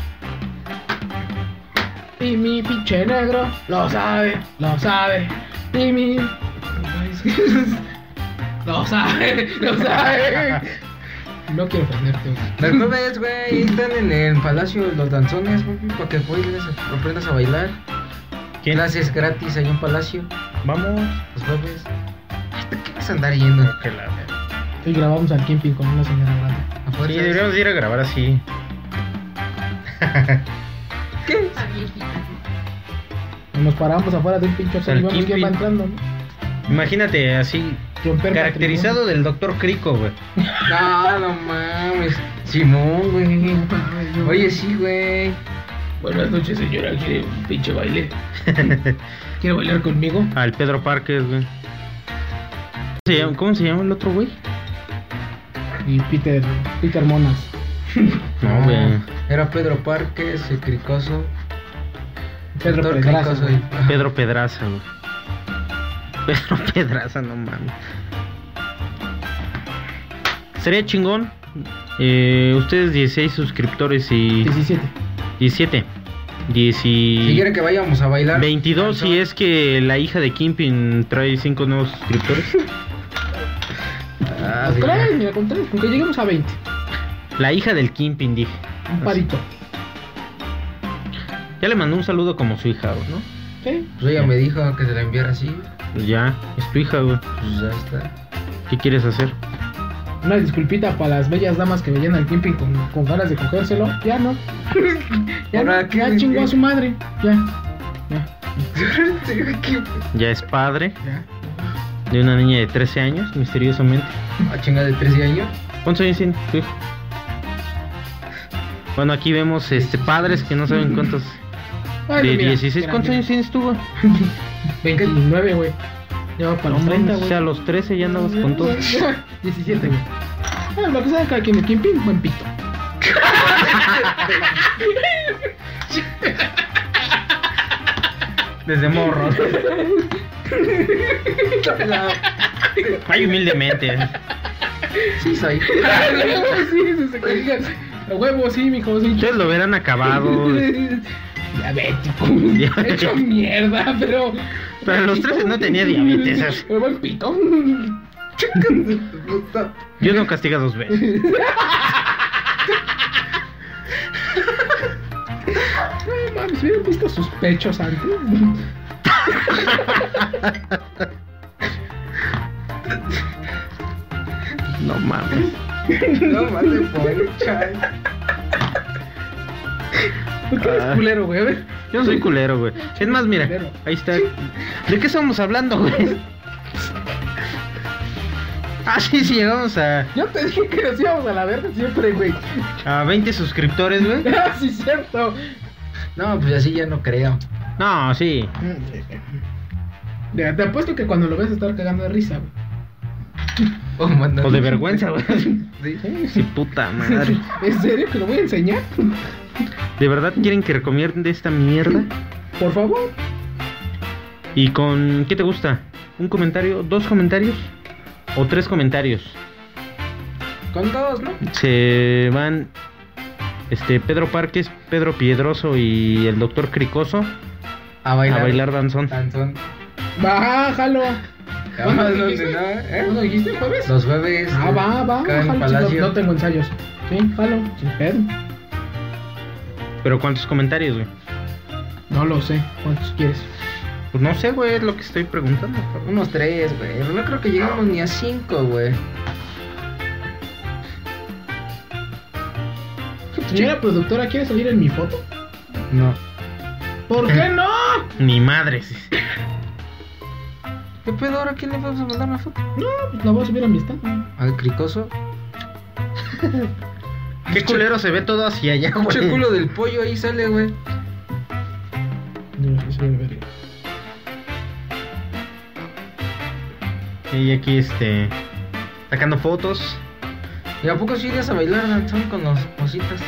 Speaker 2: Y mi pinche negro lo sabe, lo sabe. Y mi. (laughs) lo sabe, lo
Speaker 1: (laughs)
Speaker 2: sabe. No quiero ofenderte, güey.
Speaker 3: La nueva es, güey, ahí están en el palacio los danzones, güey, para que bailes, aprendas a bailar.
Speaker 1: ¿Quién?
Speaker 3: Clases gratis ahí en palacio.
Speaker 1: Vamos.
Speaker 3: Los jueves. ¿Hasta qué vas a andar yendo?
Speaker 1: Que la verga.
Speaker 2: Y grabamos al camping con una señora grande.
Speaker 3: A
Speaker 1: Sí,
Speaker 3: fuerzas.
Speaker 1: deberíamos ir a grabar así.
Speaker 7: A viejita.
Speaker 2: Y nos paramos afuera de un pinche hotel
Speaker 1: Al
Speaker 2: y vemos quién
Speaker 1: camping.
Speaker 2: va entrando, ¿no?
Speaker 1: Imagínate así,
Speaker 2: Romper
Speaker 1: caracterizado del doctor Crico, güey.
Speaker 3: No, Ah, no mames. Simón, güey. Oye, sí, güey.
Speaker 8: Buenas noches, señora. ¿Quiere un pinche baile? ¿Quiere bailar conmigo?
Speaker 1: (laughs) Al Pedro Parques, güey. ¿Cómo se llama- ¿Cómo se llama el otro güey?
Speaker 2: matrimonio. Y Peter, Peter Monas.
Speaker 1: No, güey.
Speaker 3: Ah, Era Pedro Parques, el cricoso.
Speaker 2: Pedro
Speaker 3: Doctor
Speaker 2: Pedraza,
Speaker 3: Cricoso,
Speaker 2: güey.
Speaker 3: güey.
Speaker 1: Pedro Pedraza, güey. (laughs) Pedro Pedraza, no mames. Sería chingón. eh, ustedes 16 suscriptores y
Speaker 2: 17.
Speaker 1: 17. 10
Speaker 3: Si quiere que vayamos a bailar.
Speaker 1: 22 si
Speaker 3: Canción.
Speaker 1: es que la hija de Kimpin trae 5 nuevos suscriptores.
Speaker 3: Ah,
Speaker 2: Al
Speaker 3: sí.
Speaker 2: contrario, mira, al contrario, con que lleguemos a 20.
Speaker 1: La hija del Kimpin, dije.
Speaker 2: Un parito.
Speaker 1: Ya le mandó un saludo como su hija, güey, ¿no?
Speaker 2: ¿Sí?
Speaker 3: Pues ella me dijo que se la enviara así.
Speaker 1: Pues ya, es tu hija, güey.
Speaker 3: Pues ya está.
Speaker 1: ¿Qué quieres hacer?
Speaker 2: Una disculpita para las bellas damas que veían al camping con, con ganas de cogérselo. Ya no. Ya,
Speaker 3: Ahora,
Speaker 2: no,
Speaker 3: ¿qué
Speaker 2: ya
Speaker 3: me
Speaker 2: chingó a
Speaker 3: tiene?
Speaker 2: su madre. Ya. Ya.
Speaker 1: Ya es padre
Speaker 2: Ya.
Speaker 1: de una niña de 13 años, misteriosamente.
Speaker 3: A Ah, chinga de 13 años.
Speaker 1: ¿Cuántos años tiene tu hijo? Bueno, aquí vemos este padres que no saben cuántos.
Speaker 2: Ay,
Speaker 1: De
Speaker 2: mira,
Speaker 1: 16,
Speaker 2: mira,
Speaker 1: ¿cuántos
Speaker 2: mira.
Speaker 1: años tienes tú, güey?
Speaker 2: 29, güey. Ya va para
Speaker 1: No
Speaker 2: los 30,
Speaker 1: mames,
Speaker 2: güey.
Speaker 1: o sea, a los 13 ya andabas con
Speaker 2: (laughs)
Speaker 1: todo.
Speaker 2: 17, güey. Ah, lo que sea, cada quien, quien pin, buen pito.
Speaker 1: Desde morro. (laughs) Ay, humildemente.
Speaker 3: Sí, soy.
Speaker 2: (laughs) sí, se se que digan, A huevo, sí, mijo, sí.
Speaker 1: Ustedes lo verán acabado.
Speaker 2: (laughs) Diabético.
Speaker 1: Diabético.
Speaker 2: Hecho mierda, pero.
Speaker 1: Pero a los 13 no
Speaker 2: (laughs)
Speaker 1: tenía diabetes.
Speaker 2: Pero buen pito.
Speaker 1: Yo no castiga dos veces.
Speaker 2: No mames, hubieran visto sus pechos antes. (laughs)
Speaker 1: No mames.
Speaker 3: No más de poncha.
Speaker 2: ¿Por qué eres
Speaker 1: Ah.
Speaker 2: culero, güey? A ver.
Speaker 1: Yo no soy culero, güey. Es más, mira,
Speaker 2: Culero.
Speaker 1: ahí está. ¿De qué estamos hablando, güey? Ah, sí, sí, llegamos a,
Speaker 2: Yo te dije que nos íbamos a la verga siempre, güey. (laughs)
Speaker 1: a 20 suscriptores, güey.
Speaker 2: Ah, sí, cierto.
Speaker 3: No, pues así ya no creo.
Speaker 1: No, sí.
Speaker 2: Ya, Te apuesto que cuando lo ves estar cagando de risa, güey.
Speaker 3: O, mandar-
Speaker 1: O Pues de vergüenza, güey.
Speaker 3: Sí.
Speaker 1: Sí, puta madre.
Speaker 2: (laughs) ¿En serio que lo voy a enseñar?
Speaker 1: ¿De verdad quieren que recomiende esta mierda?
Speaker 2: Por favor.
Speaker 1: ¿Y con qué te gusta? ¿Un comentario? ¿Dos comentarios? ¿O tres comentarios?
Speaker 3: Con dos, ¿no?
Speaker 1: se van este Pedro Parques, Pedro Piedroso y el doctor Cricoso
Speaker 3: A bailar. Ah.
Speaker 1: a bailar danzón.
Speaker 3: Tantón.
Speaker 2: Bájalo.
Speaker 3: Jamás
Speaker 2: ¿Cuándo
Speaker 3: donde
Speaker 2: dijiste?
Speaker 3: no, ¿eh?
Speaker 2: ¿Cuándo dijiste? ¿Jueves?
Speaker 3: Los jueves.
Speaker 2: Ah, va, va.
Speaker 3: acá en
Speaker 2: jalo, sí,
Speaker 3: Palacio.
Speaker 2: no, no tengo ensayos. Sí, jalo, sin pedo.
Speaker 1: Pero ¿cuántos comentarios, güey?
Speaker 2: No lo sé. ¿Cuántos quieres?
Speaker 1: Pues no sé, güey, es lo que estoy preguntando. cabrón.
Speaker 3: Unos tres, güey. Pero No creo que lleguemos ni a cinco, güey.
Speaker 2: Señora productora, ¿quiere salir en mi foto?
Speaker 3: No.
Speaker 2: ¿Por qué no?
Speaker 1: Ni madres.
Speaker 3: ¿Qué pedo ahora? ¿Quién le vamos a mandar una foto?
Speaker 2: Pues La voy a subir a mi stand.
Speaker 3: Al (laughs) cricoso.
Speaker 1: Qué culero se ve todo hacia allá, güey.
Speaker 3: Mucho culo del pollo ahí sale, güey.
Speaker 1: Y aquí este sacando fotos.
Speaker 3: ¿Y a poco sí irías a bailar danzón con los cositas?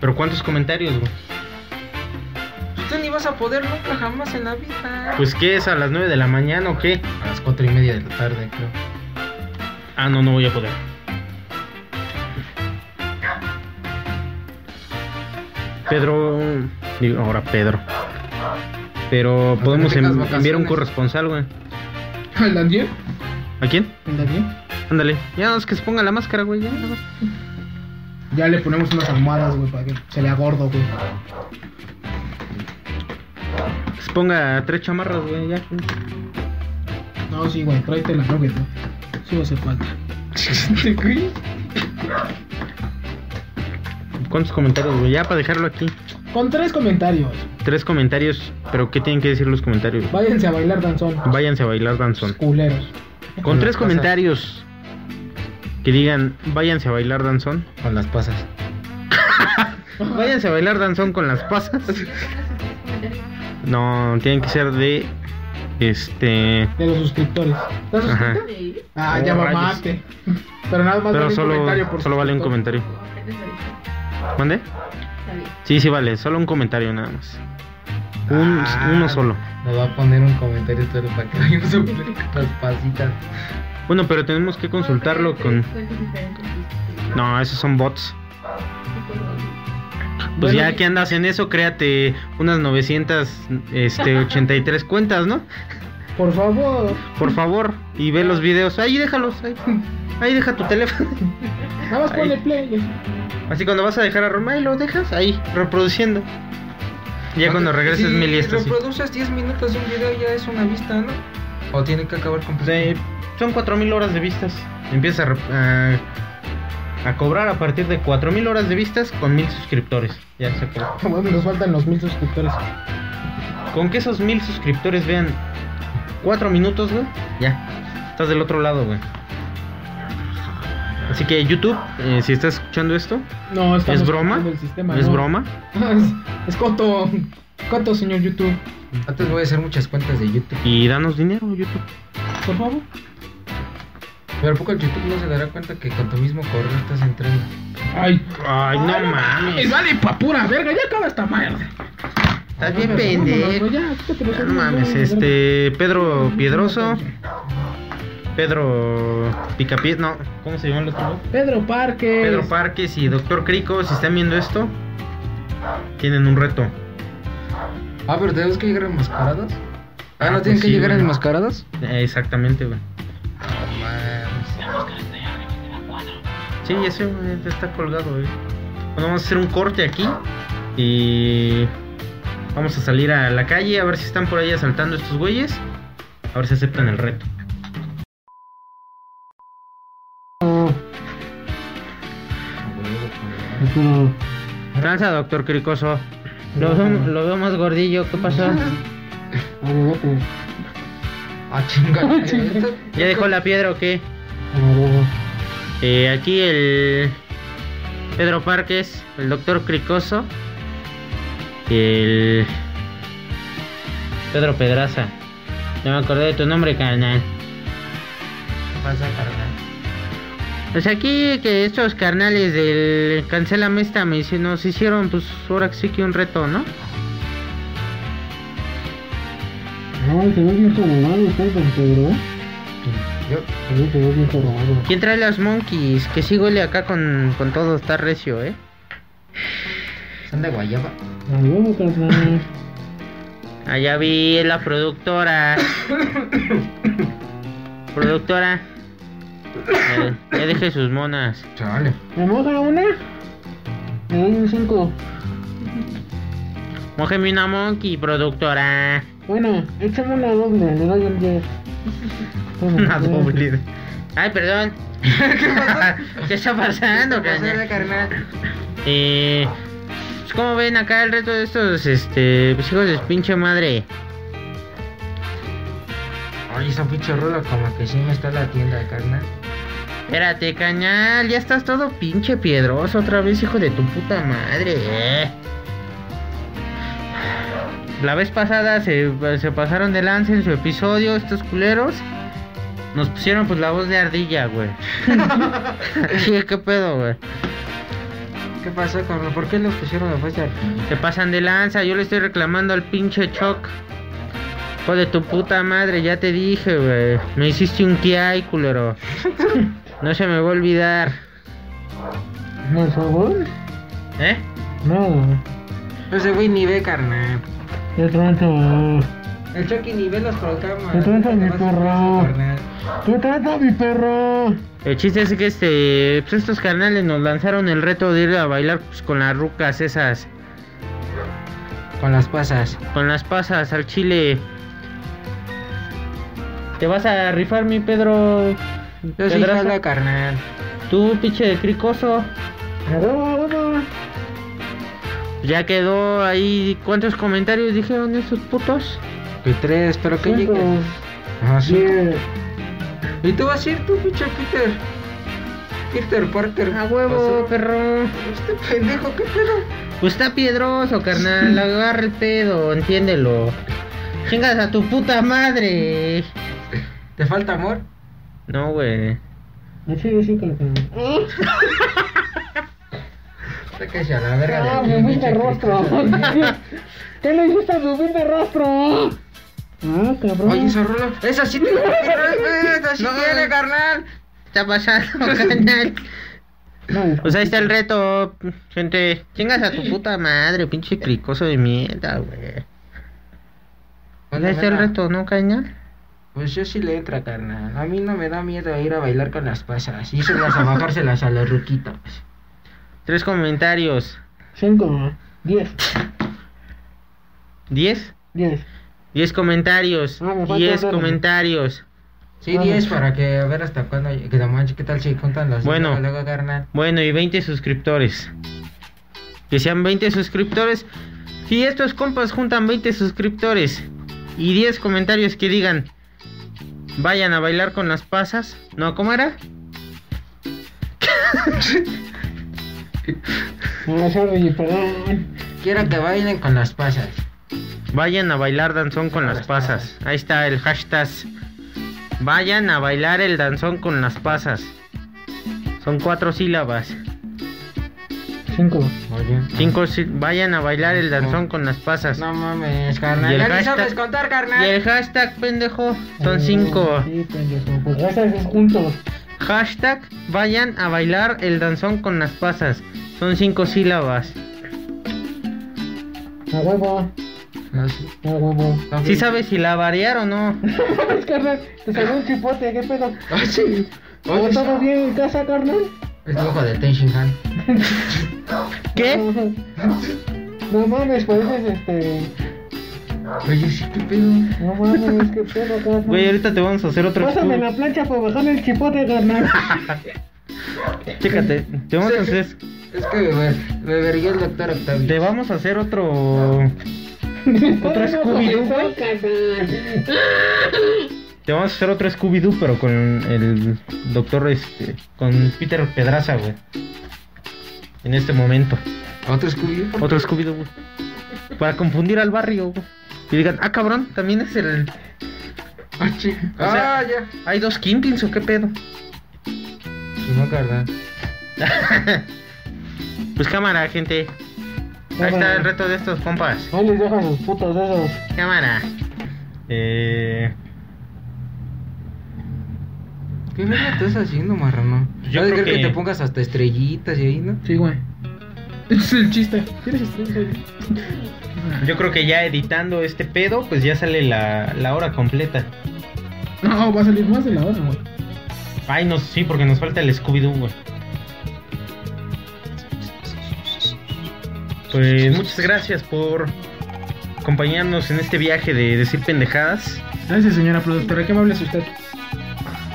Speaker 1: Pero ¿cuántos comentarios, güey?
Speaker 3: Pues tú ni vas a poder nunca jamás en la vida.
Speaker 1: Pues qué es a las 9 de la mañana o qué?
Speaker 3: a las cuatro y media de la tarde, creo.
Speaker 1: Ah, no, no voy a poder. Pedro. Digo, ahora Pedro. Pero podemos
Speaker 3: tengas
Speaker 1: en-
Speaker 3: vacaciones.
Speaker 1: enviar un corresponsal, güey.
Speaker 2: ¿El Daniel?
Speaker 1: ¿A quién?
Speaker 2: ¿El Daniel?
Speaker 1: Ándale. Ya no es que se ponga la máscara, güey. ya, nada más.
Speaker 2: Ya le ponemos unas almohadas, güey, para que se le agordo, güey.
Speaker 1: Se ponga tres chamarras, güey, ya.
Speaker 9: No, sí, güey, tráete la güey. ¿no? Sí, va a hacer falta. (laughs)
Speaker 1: ¿Cuántos comentarios, güey? Ya para dejarlo aquí.
Speaker 9: Con tres comentarios.
Speaker 1: Tres comentarios, pero ¿qué tienen que decir los comentarios?
Speaker 9: Váyanse a bailar danzón.
Speaker 1: Váyanse a bailar danzón.
Speaker 9: Culeros.
Speaker 1: Con
Speaker 3: Con
Speaker 1: tres
Speaker 3: las pasas.
Speaker 1: comentarios que digan, váyanse a bailar danzón.
Speaker 3: Con las pasas.
Speaker 1: (laughs) Váyanse a bailar danzón con las pasas. No, tienen que ser de. Este.
Speaker 9: De los suscriptores. ¿Estás
Speaker 1: Ajá.
Speaker 9: suscrito? Ah, ya
Speaker 1: Oh,
Speaker 9: va
Speaker 1: rayos.
Speaker 9: mate. (laughs) Pero nada más
Speaker 1: Pero
Speaker 9: vale un
Speaker 1: solo,
Speaker 9: comentario por
Speaker 1: solo vale un
Speaker 9: suscriptor.
Speaker 1: comentario. ¿Mande? Sí, sí, vale. Solo un comentario nada más. Un-
Speaker 3: Ah,
Speaker 1: uno solo.
Speaker 3: Nos va a poner un comentario todo para que vayamos a poner las pasitas.
Speaker 1: Bueno, pero tenemos que consultarlo con. No, esos son bots. Pues
Speaker 9: Bueno,
Speaker 1: ya
Speaker 9: y-
Speaker 1: que andas en eso, créate unas este,
Speaker 9: (laughs)
Speaker 1: 983 cuentas, ¿no?
Speaker 9: Por favor.
Speaker 1: Por favor, y ve los videos. Ahí déjalos. Ahí, ahí deja tu teléfono. (laughs)
Speaker 9: Nada más
Speaker 1: Ahí.
Speaker 9: ponle play. (laughs)
Speaker 1: Así cuando vas a dejar a Roma, ahí lo dejas ahí, reproduciendo. Ya cuando regreses,
Speaker 3: Si
Speaker 1: mil y esto, sí.
Speaker 3: reproduces 10 minutos de un video ya es una vista, ¿no? O tiene que acabar con...
Speaker 1: De- son 4000 horas de vistas. Empieza a, rep- a- a cobrar a partir de 4000 horas de vistas con 1000 suscriptores. Ya se acabó.
Speaker 9: Bueno, nos faltan los mil suscriptores.
Speaker 1: Con que esos 1000 suscriptores vean 4 minutos, güey. Ya. Estás del otro lado, güey. Así que YouTube, eh, si estás escuchando esto,
Speaker 9: No, estamos
Speaker 1: ¿Es broma?
Speaker 9: cambiando el sistema,
Speaker 1: es
Speaker 9: no.
Speaker 1: broma.
Speaker 9: (laughs) Es- es coto. Coto, señor YouTube.
Speaker 3: Antes voy a hacer muchas cuentas de YouTube.
Speaker 1: Y danos dinero, YouTube.
Speaker 9: Por favor.
Speaker 3: Pero ¿a poco el YouTube no se dará cuenta que con tu mismo correo estás entrando?
Speaker 9: Ay.
Speaker 1: Ay, no mames.
Speaker 9: vale pa' pura verga, ya acaba esta mierda.
Speaker 1: Estás bien
Speaker 9: Vámonos,
Speaker 1: pendejo.
Speaker 9: güey, ya, quítate los
Speaker 1: No
Speaker 9: ojos,
Speaker 1: mames,
Speaker 9: ya, verga.
Speaker 1: este. Pedro Piedroso. Pedro Picapié. No, ¿cómo se llama el otro?
Speaker 9: Pedro Parque.
Speaker 1: Pedro Parques y Doctor Crico. Si están viendo esto, tienen un reto.
Speaker 3: Ah, pero tenemos que llegar enmascarados. Ah, ¿no
Speaker 1: Ah,
Speaker 3: tienen
Speaker 1: pues
Speaker 3: que
Speaker 1: sí,
Speaker 3: llegar
Speaker 1: güey.
Speaker 3: enmascarados?
Speaker 1: Eh, exactamente, güey.
Speaker 3: Mames.
Speaker 1: Sí, ese güey, está colgado, güey. Bueno, vamos a hacer un corte aquí. Y. Vamos a salir a la calle a ver si están por ahí asaltando estos güeyes. A ver si aceptan el reto. Tranza, doctor Cricoso. Lo veo, lo veo más gordillo, ¿qué pasó?
Speaker 3: Ah, chinga.
Speaker 1: ¿Ya dejó la piedra o qué? Eh, aquí el Pedro Parques, el doctor Cricoso, el Pedro Pedraza. No me acordé de tu nombre, carnal.
Speaker 3: pasa, carnal?
Speaker 1: Pues aquí que estos carnales del Cancelame esta me hici- nos hicieron pues ahora sí que un reto, ¿no?
Speaker 3: pues, Yo,
Speaker 1: ¿Quién trae las monkeys? Que sí huele acá con, con todo, está recio, ¿eh?
Speaker 3: son de guayaba.
Speaker 1: Allá vi la productora. productora. Eh, ya deje sus monas.
Speaker 3: Chale.
Speaker 9: ¿Me moja una? Me doy un cinco.
Speaker 1: Mójeme una monkey, productora.
Speaker 9: Bueno, échame una doble, le doy un 10. Bueno, pues,
Speaker 1: (laughs)
Speaker 2: (laughs)
Speaker 1: Una
Speaker 9: ya.
Speaker 1: doble. Ay, perdón. ¿Qué está pasando, carnal? Eh, pues, ¿Cómo ven acá el reto de estos este, pues, hijos de su pinche madre?
Speaker 3: Ay, esa pinche rola como que sí me está latiendo, carnal.
Speaker 1: Espérate, cañal, ya estás todo pinche piedroso otra vez, hijo de tu puta madre. eh. La vez pasada se, se pasaron de lance en su episodio estos culeros. Nos pusieron pues la voz de ardilla, güey. sí, qué pedo, güey.
Speaker 3: ¿Qué pasó, carnal? ¿Por qué le pusieron la voz de ardilla?
Speaker 1: Se pasan de lanza, yo le estoy reclamando al pinche Choc. Hijo de tu puta madre, ya te dije, güey. Me hiciste un kiai, culero. No se me va a olvidar.
Speaker 9: ¿Por favor?
Speaker 1: ¿Eh?
Speaker 9: No,
Speaker 3: Ese güey ni ve, carnal.
Speaker 9: qué tranza.
Speaker 3: El Chucky ni ve los programas.
Speaker 9: Te trata mi
Speaker 3: Te vas a hacer
Speaker 9: perro.
Speaker 3: eso, carnal.
Speaker 9: ¿Qué trata mi perro?
Speaker 1: El chiste es que este, pues estos carnales nos lanzaron el reto de ir a bailar pues, con las rucas esas.
Speaker 3: Con las pasas.
Speaker 1: Con las pasas al chile. Te vas a rifar, mi Pedro.
Speaker 3: Yo sí
Speaker 1: Pedraza?
Speaker 3: jalo, carnal.
Speaker 1: Tú, pinche cricoso. Ya quedó ahí. ¿Cuántos comentarios dijeron esos putos?
Speaker 3: Que tres, espero que llegue. Ajá, sí. ¿Y tú vas a ir tú, pinche Peter? Peter Parker.
Speaker 1: A huevo,
Speaker 3: Pasó.
Speaker 1: perro.
Speaker 3: Este pendejo, ¿qué pedo?
Speaker 1: Pues está piedroso, carnal. Agarra el pedo, entiéndelo. Chingas a tu puta madre.
Speaker 3: ¿Te falta amor?
Speaker 1: No, güey.
Speaker 3: Sáquese a la verga
Speaker 2: Ah,
Speaker 9: Ah,
Speaker 3: de aquí, pinche
Speaker 1: (laughs)
Speaker 2: ¿Qué le hiciste a subir de rostro? Ah, cabrón.
Speaker 3: Oye, esa rola. Esa sí tiene. Esa sí
Speaker 1: No.
Speaker 3: tiene, carnal.
Speaker 1: ¿Qué está
Speaker 2: (laughs)
Speaker 1: pasando, carnal?
Speaker 2: No,
Speaker 1: Pues ahí está el reto, gente. Chingas a tu puta madre, pinche cricoso de mierda, güey. Pues ahí está el reto, ¿no, cañal?
Speaker 3: Pues yo sí le entra, carnal. A mí no me da miedo ir a bailar con las pasas. Y las a bajárselas a los ruquitos.
Speaker 1: Tres comentarios.
Speaker 2: Cinco. Diez.
Speaker 1: ¿Diez?
Speaker 2: Diez.
Speaker 1: Diez comentarios.
Speaker 2: Ah, me falta
Speaker 1: Diez
Speaker 2: otro.
Speaker 1: comentarios.
Speaker 3: Sí, 10 para que a ver hasta cuándo. lle- Que la manche, ¿qué tal si juntan las
Speaker 1: Bueno.
Speaker 3: luego, luego, carnal?
Speaker 1: Bueno, y 20 suscriptores. Que sean 20 suscriptores. Si estos compas juntan 20 suscriptores y 10 comentarios que digan, vayan a bailar con las pasas. No, ¿cómo era?
Speaker 2: Ah, sorry, perdón.
Speaker 3: Quiero que bailen con las pasas.
Speaker 1: Vayan a bailar danzón con las pasas. Ahí está el hashtag. Vayan a bailar el danzón con las pasas. Son cuatro sílabas.
Speaker 2: Cinco.
Speaker 3: Oye.
Speaker 1: Cinco sí- Vayan a bailar el danzón con las pasas.
Speaker 3: No mames,
Speaker 1: Y
Speaker 3: carnal.
Speaker 1: el
Speaker 3: Ya ni
Speaker 1: hashtag-
Speaker 3: sabes contar,
Speaker 1: Y el
Speaker 3: carnal.
Speaker 1: hashtag, pendejo, son cinco.
Speaker 2: Eh, Sí, pendejo. Pues gracias, es juntos.
Speaker 1: Hashtag vayan a bailar el danzón con las pasas. Son cinco sílabas.
Speaker 2: A huevo.
Speaker 3: No sé.
Speaker 2: A huevo. (laughs)
Speaker 3: Ok.
Speaker 1: ¿Sí
Speaker 3: (laughs)
Speaker 1: sabes si la variar o no?
Speaker 2: Es carnal, te salió un chipote, ¿qué pedo?
Speaker 3: Ay, Ah, sí.
Speaker 2: ¿Cómo
Speaker 3: Oye,
Speaker 2: todo bien en casa, carnal?
Speaker 3: Es ojo de Tenshinhan.
Speaker 1: ¿Qué?
Speaker 2: (laughs) No mames, pareces este.
Speaker 3: Oye, sí, qué pedo.
Speaker 2: No mames, qué pedo, carnal.
Speaker 1: Güey, ahorita te vamos a hacer otro
Speaker 2: Pásame la
Speaker 1: estudio.
Speaker 2: plancha para bajar el chipote, carnal.
Speaker 1: Chécate, te vamos a hacer,
Speaker 3: Es que me, ver- me vergué el doctor Octavio.
Speaker 1: te vamos a hacer otro. Otro Scooby-Doo, güey. Te vamos a hacer otro Scooby-Doo, pero con el doctor, este. Con Peter Pedraza, güey. En este momento.
Speaker 3: ¿Otro Scooby?
Speaker 1: Otro Scooby-Doo, güey. Para confundir al barrio, güey. Y digan, ah, cabrón, también es el.
Speaker 3: Ah, sí.
Speaker 1: O sea-
Speaker 3: Ah, ya.
Speaker 1: ¿Hay dos Kimpins o qué pedo?
Speaker 3: No, carnal.
Speaker 1: Pues cámara, gente. Ahí está el reto de estos compas.
Speaker 2: Ahí les dejo sus putos esos.
Speaker 1: Cámara. Eh,
Speaker 3: ¿Qué verga estás haciendo, marrano?
Speaker 1: Yo
Speaker 3: Yo de
Speaker 1: creo
Speaker 3: creer que...
Speaker 1: que-
Speaker 3: te pongas hasta estrellitas y ahí, ¿no?
Speaker 2: Sí, güey. (laughs) Ese es el chiste. ¿Quieres estrellas?
Speaker 1: yo creo que ya editando este pedo, pues ya sale la, la hora completa.
Speaker 2: No, va a salir más de la hora, güey.
Speaker 1: Ay, no, sí, porque nos falta el Scooby-Doo, güey. Pues muchas gracias por acompañarnos en este viaje de decir pendejadas.
Speaker 2: Gracias, señora productora. ¿Qué me hables usted?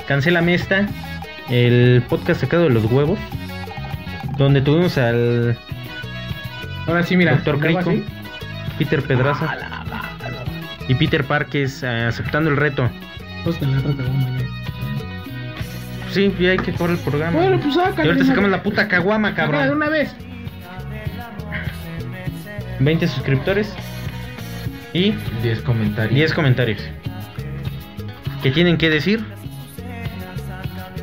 Speaker 1: Cancela Mesta, el podcast sacado de los huevos, donde tuvimos al
Speaker 2: Ahora sí, mira.
Speaker 1: Doctor
Speaker 2: ¿me hago
Speaker 1: Crico,
Speaker 2: así? Ah,
Speaker 1: Peter Pedraza y Peter Parques eh, aceptando el reto.
Speaker 2: Pues te la otra te la mañana.
Speaker 1: Sí, ya hay que correr el programa.
Speaker 2: Bueno,
Speaker 1: güey.
Speaker 2: pues saca.
Speaker 1: y ahorita sacamos la puta caguama,
Speaker 2: de
Speaker 1: cabrón.
Speaker 2: una vez.
Speaker 1: 20 suscriptores y
Speaker 3: 10 comentarios.
Speaker 1: 10 comentarios. ¿Qué tienen que decir?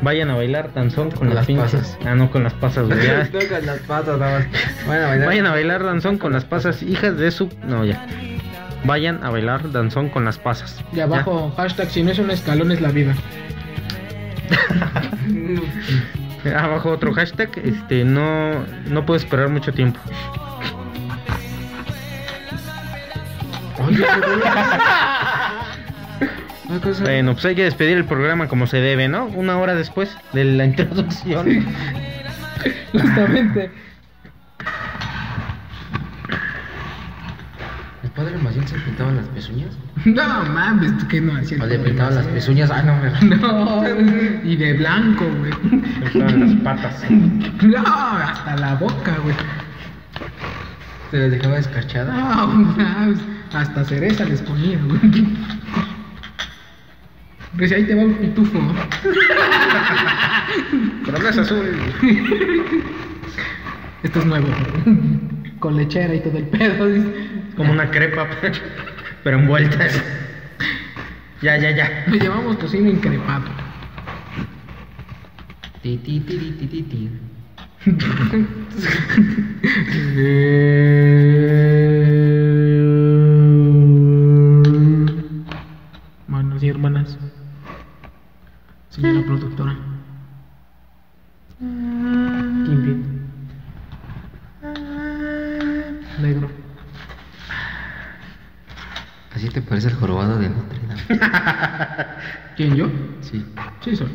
Speaker 1: Vayan a bailar danzón con,
Speaker 3: Con
Speaker 1: las
Speaker 3: las
Speaker 1: pinzas.
Speaker 3: pasas.
Speaker 1: Ah, no, con las pasas, güey. (laughs)
Speaker 3: (laughs)
Speaker 1: ya. (laughs)
Speaker 3: No, con las patas, nada más. Bueno, bailar.
Speaker 1: Vayan a bailar danzón con las pasas, hijas de su... No, ya. Vayan a bailar danzón con las pasas.
Speaker 2: Y abajo, hashtag, si no es un escalón es la vida. (laughs)
Speaker 1: Ya. (laughs) Abajo otro hashtag. Este, no, no puedo esperar mucho tiempo.
Speaker 3: Oye, qué verga. Una cosa.
Speaker 1: Bueno, pues hay que despedir el programa como se debe, ¿no? Una hora después de la introducción.
Speaker 2: Justamente.
Speaker 3: padre Maciel se pintaban las pezuñas?
Speaker 2: No mames, ¿tú ¿qué no hacía?
Speaker 3: ¿O le pintaban las pezuñas? Ah, no, verdad.
Speaker 2: (laughs) No, y de blanco, güey. (laughs)
Speaker 1: Estaban las patas.
Speaker 3: (laughs)
Speaker 2: No, hasta la boca, güey.
Speaker 3: Se las dejaba descarchadas.
Speaker 2: No, mames, (laughs) hasta cereza les ponía, güey. Pues ahí te va un pitufo.
Speaker 1: Pero no es azul.
Speaker 2: Esto es nuevo. güey. Con lechera y todo el pedo.
Speaker 1: (laughs)
Speaker 2: dice.
Speaker 1: Como una crepa, pero envueltas. Ya, ya, ya.
Speaker 2: Le llamamos tocino increpado.
Speaker 3: Ti, ti, ti, ti, ti, ti, ti.
Speaker 2: Hermanos y hermanas. Señora productora. Limpio. Negro.
Speaker 3: Así te parece el jorobado de Notre Dame.
Speaker 2: ¿Quién yo?
Speaker 3: Sí.
Speaker 2: Sí soy.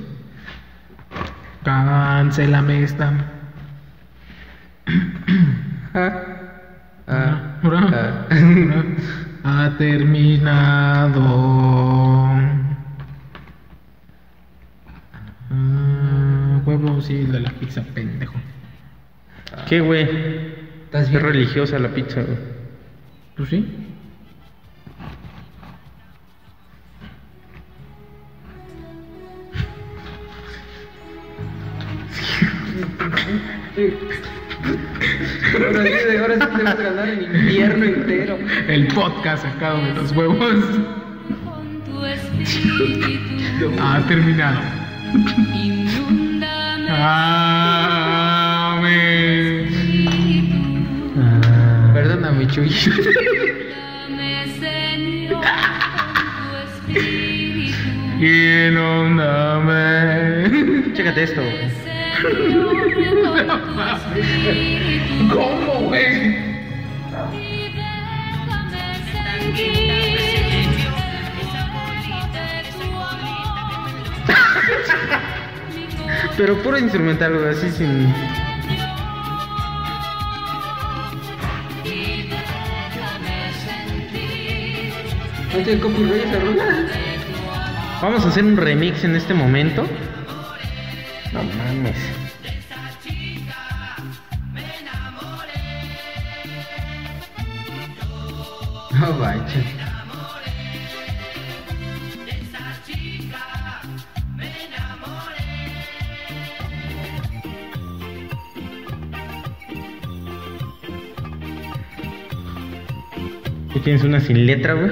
Speaker 2: Cancélame esta.
Speaker 3: Ah,
Speaker 2: Ahora. (laughs) Ha terminado. Ah, huevo, sí, el de la pizza, pendejo.
Speaker 1: ¿Qué, güey?
Speaker 3: ¿Estás
Speaker 1: Es
Speaker 3: bien?
Speaker 1: religiosa la pizza, güey.
Speaker 2: ¿Tú sí?
Speaker 3: Ahora sí, ahora sí te vas a ganar el invierno entero.
Speaker 2: El podcast sacado de los huevos
Speaker 10: Con tu espíritu
Speaker 2: ha terminado.
Speaker 10: inúndame
Speaker 2: Amén.
Speaker 10: espíritu,
Speaker 3: Perdóname, Chuy.
Speaker 10: dame Señor, con tu espíritu,
Speaker 2: Inúndame.
Speaker 1: Chécate esto. güey.
Speaker 10: Señor, con tu espíritu,
Speaker 2: (laughs) ¿Cómo, güey?
Speaker 10: y déjame sentir el fuego de tu amor.
Speaker 1: Pero puro instrumental, güey, así sin.
Speaker 10: Y déjame sentir
Speaker 3: ¿No tiene copyright esa rola?
Speaker 1: Vamos a hacer un remix en este momento. No mames.
Speaker 3: No, vaya.
Speaker 1: ¿Tú tienes una sin letra, güey?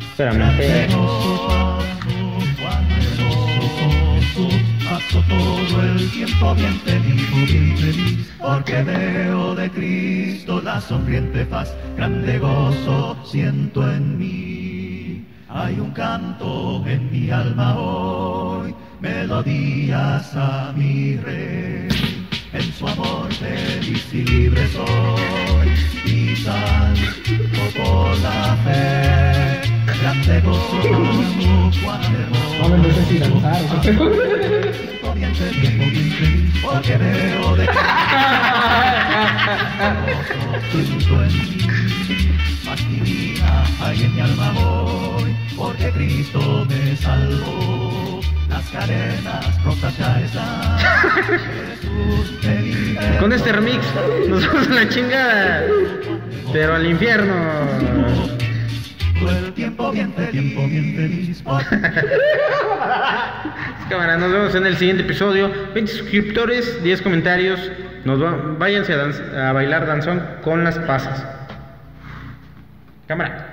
Speaker 1: Espérame, espérame.
Speaker 11: Paso todo el tiempo bien feliz, bien feliz, porque veo de Cristo la sonriente faz, grande gozo siento en mí. Hay un canto en mi alma hoy, melodías a mi rey. En su amor feliz y libre soy, y salgo por la fe. Grande gozo, cuán hermoso.
Speaker 2: No sé si lanzar. o sea,
Speaker 11: Porque veo de Cristo en mí, más divina hay en mi alma voy, porque Cristo me salvó. Las cadenas rotas ya están, Jesús me libertó.
Speaker 1: Con este remix nos vamos a la chingada. Pero al infierno.
Speaker 11: Todo el tiempo bien feliz, tiempo bien feliz,
Speaker 1: Cámara, nos vemos en el siguiente episodio. 20 suscriptores, 10 comentarios. Nos va- váyanse a, danz- a bailar danzón con las pasas. Cámara.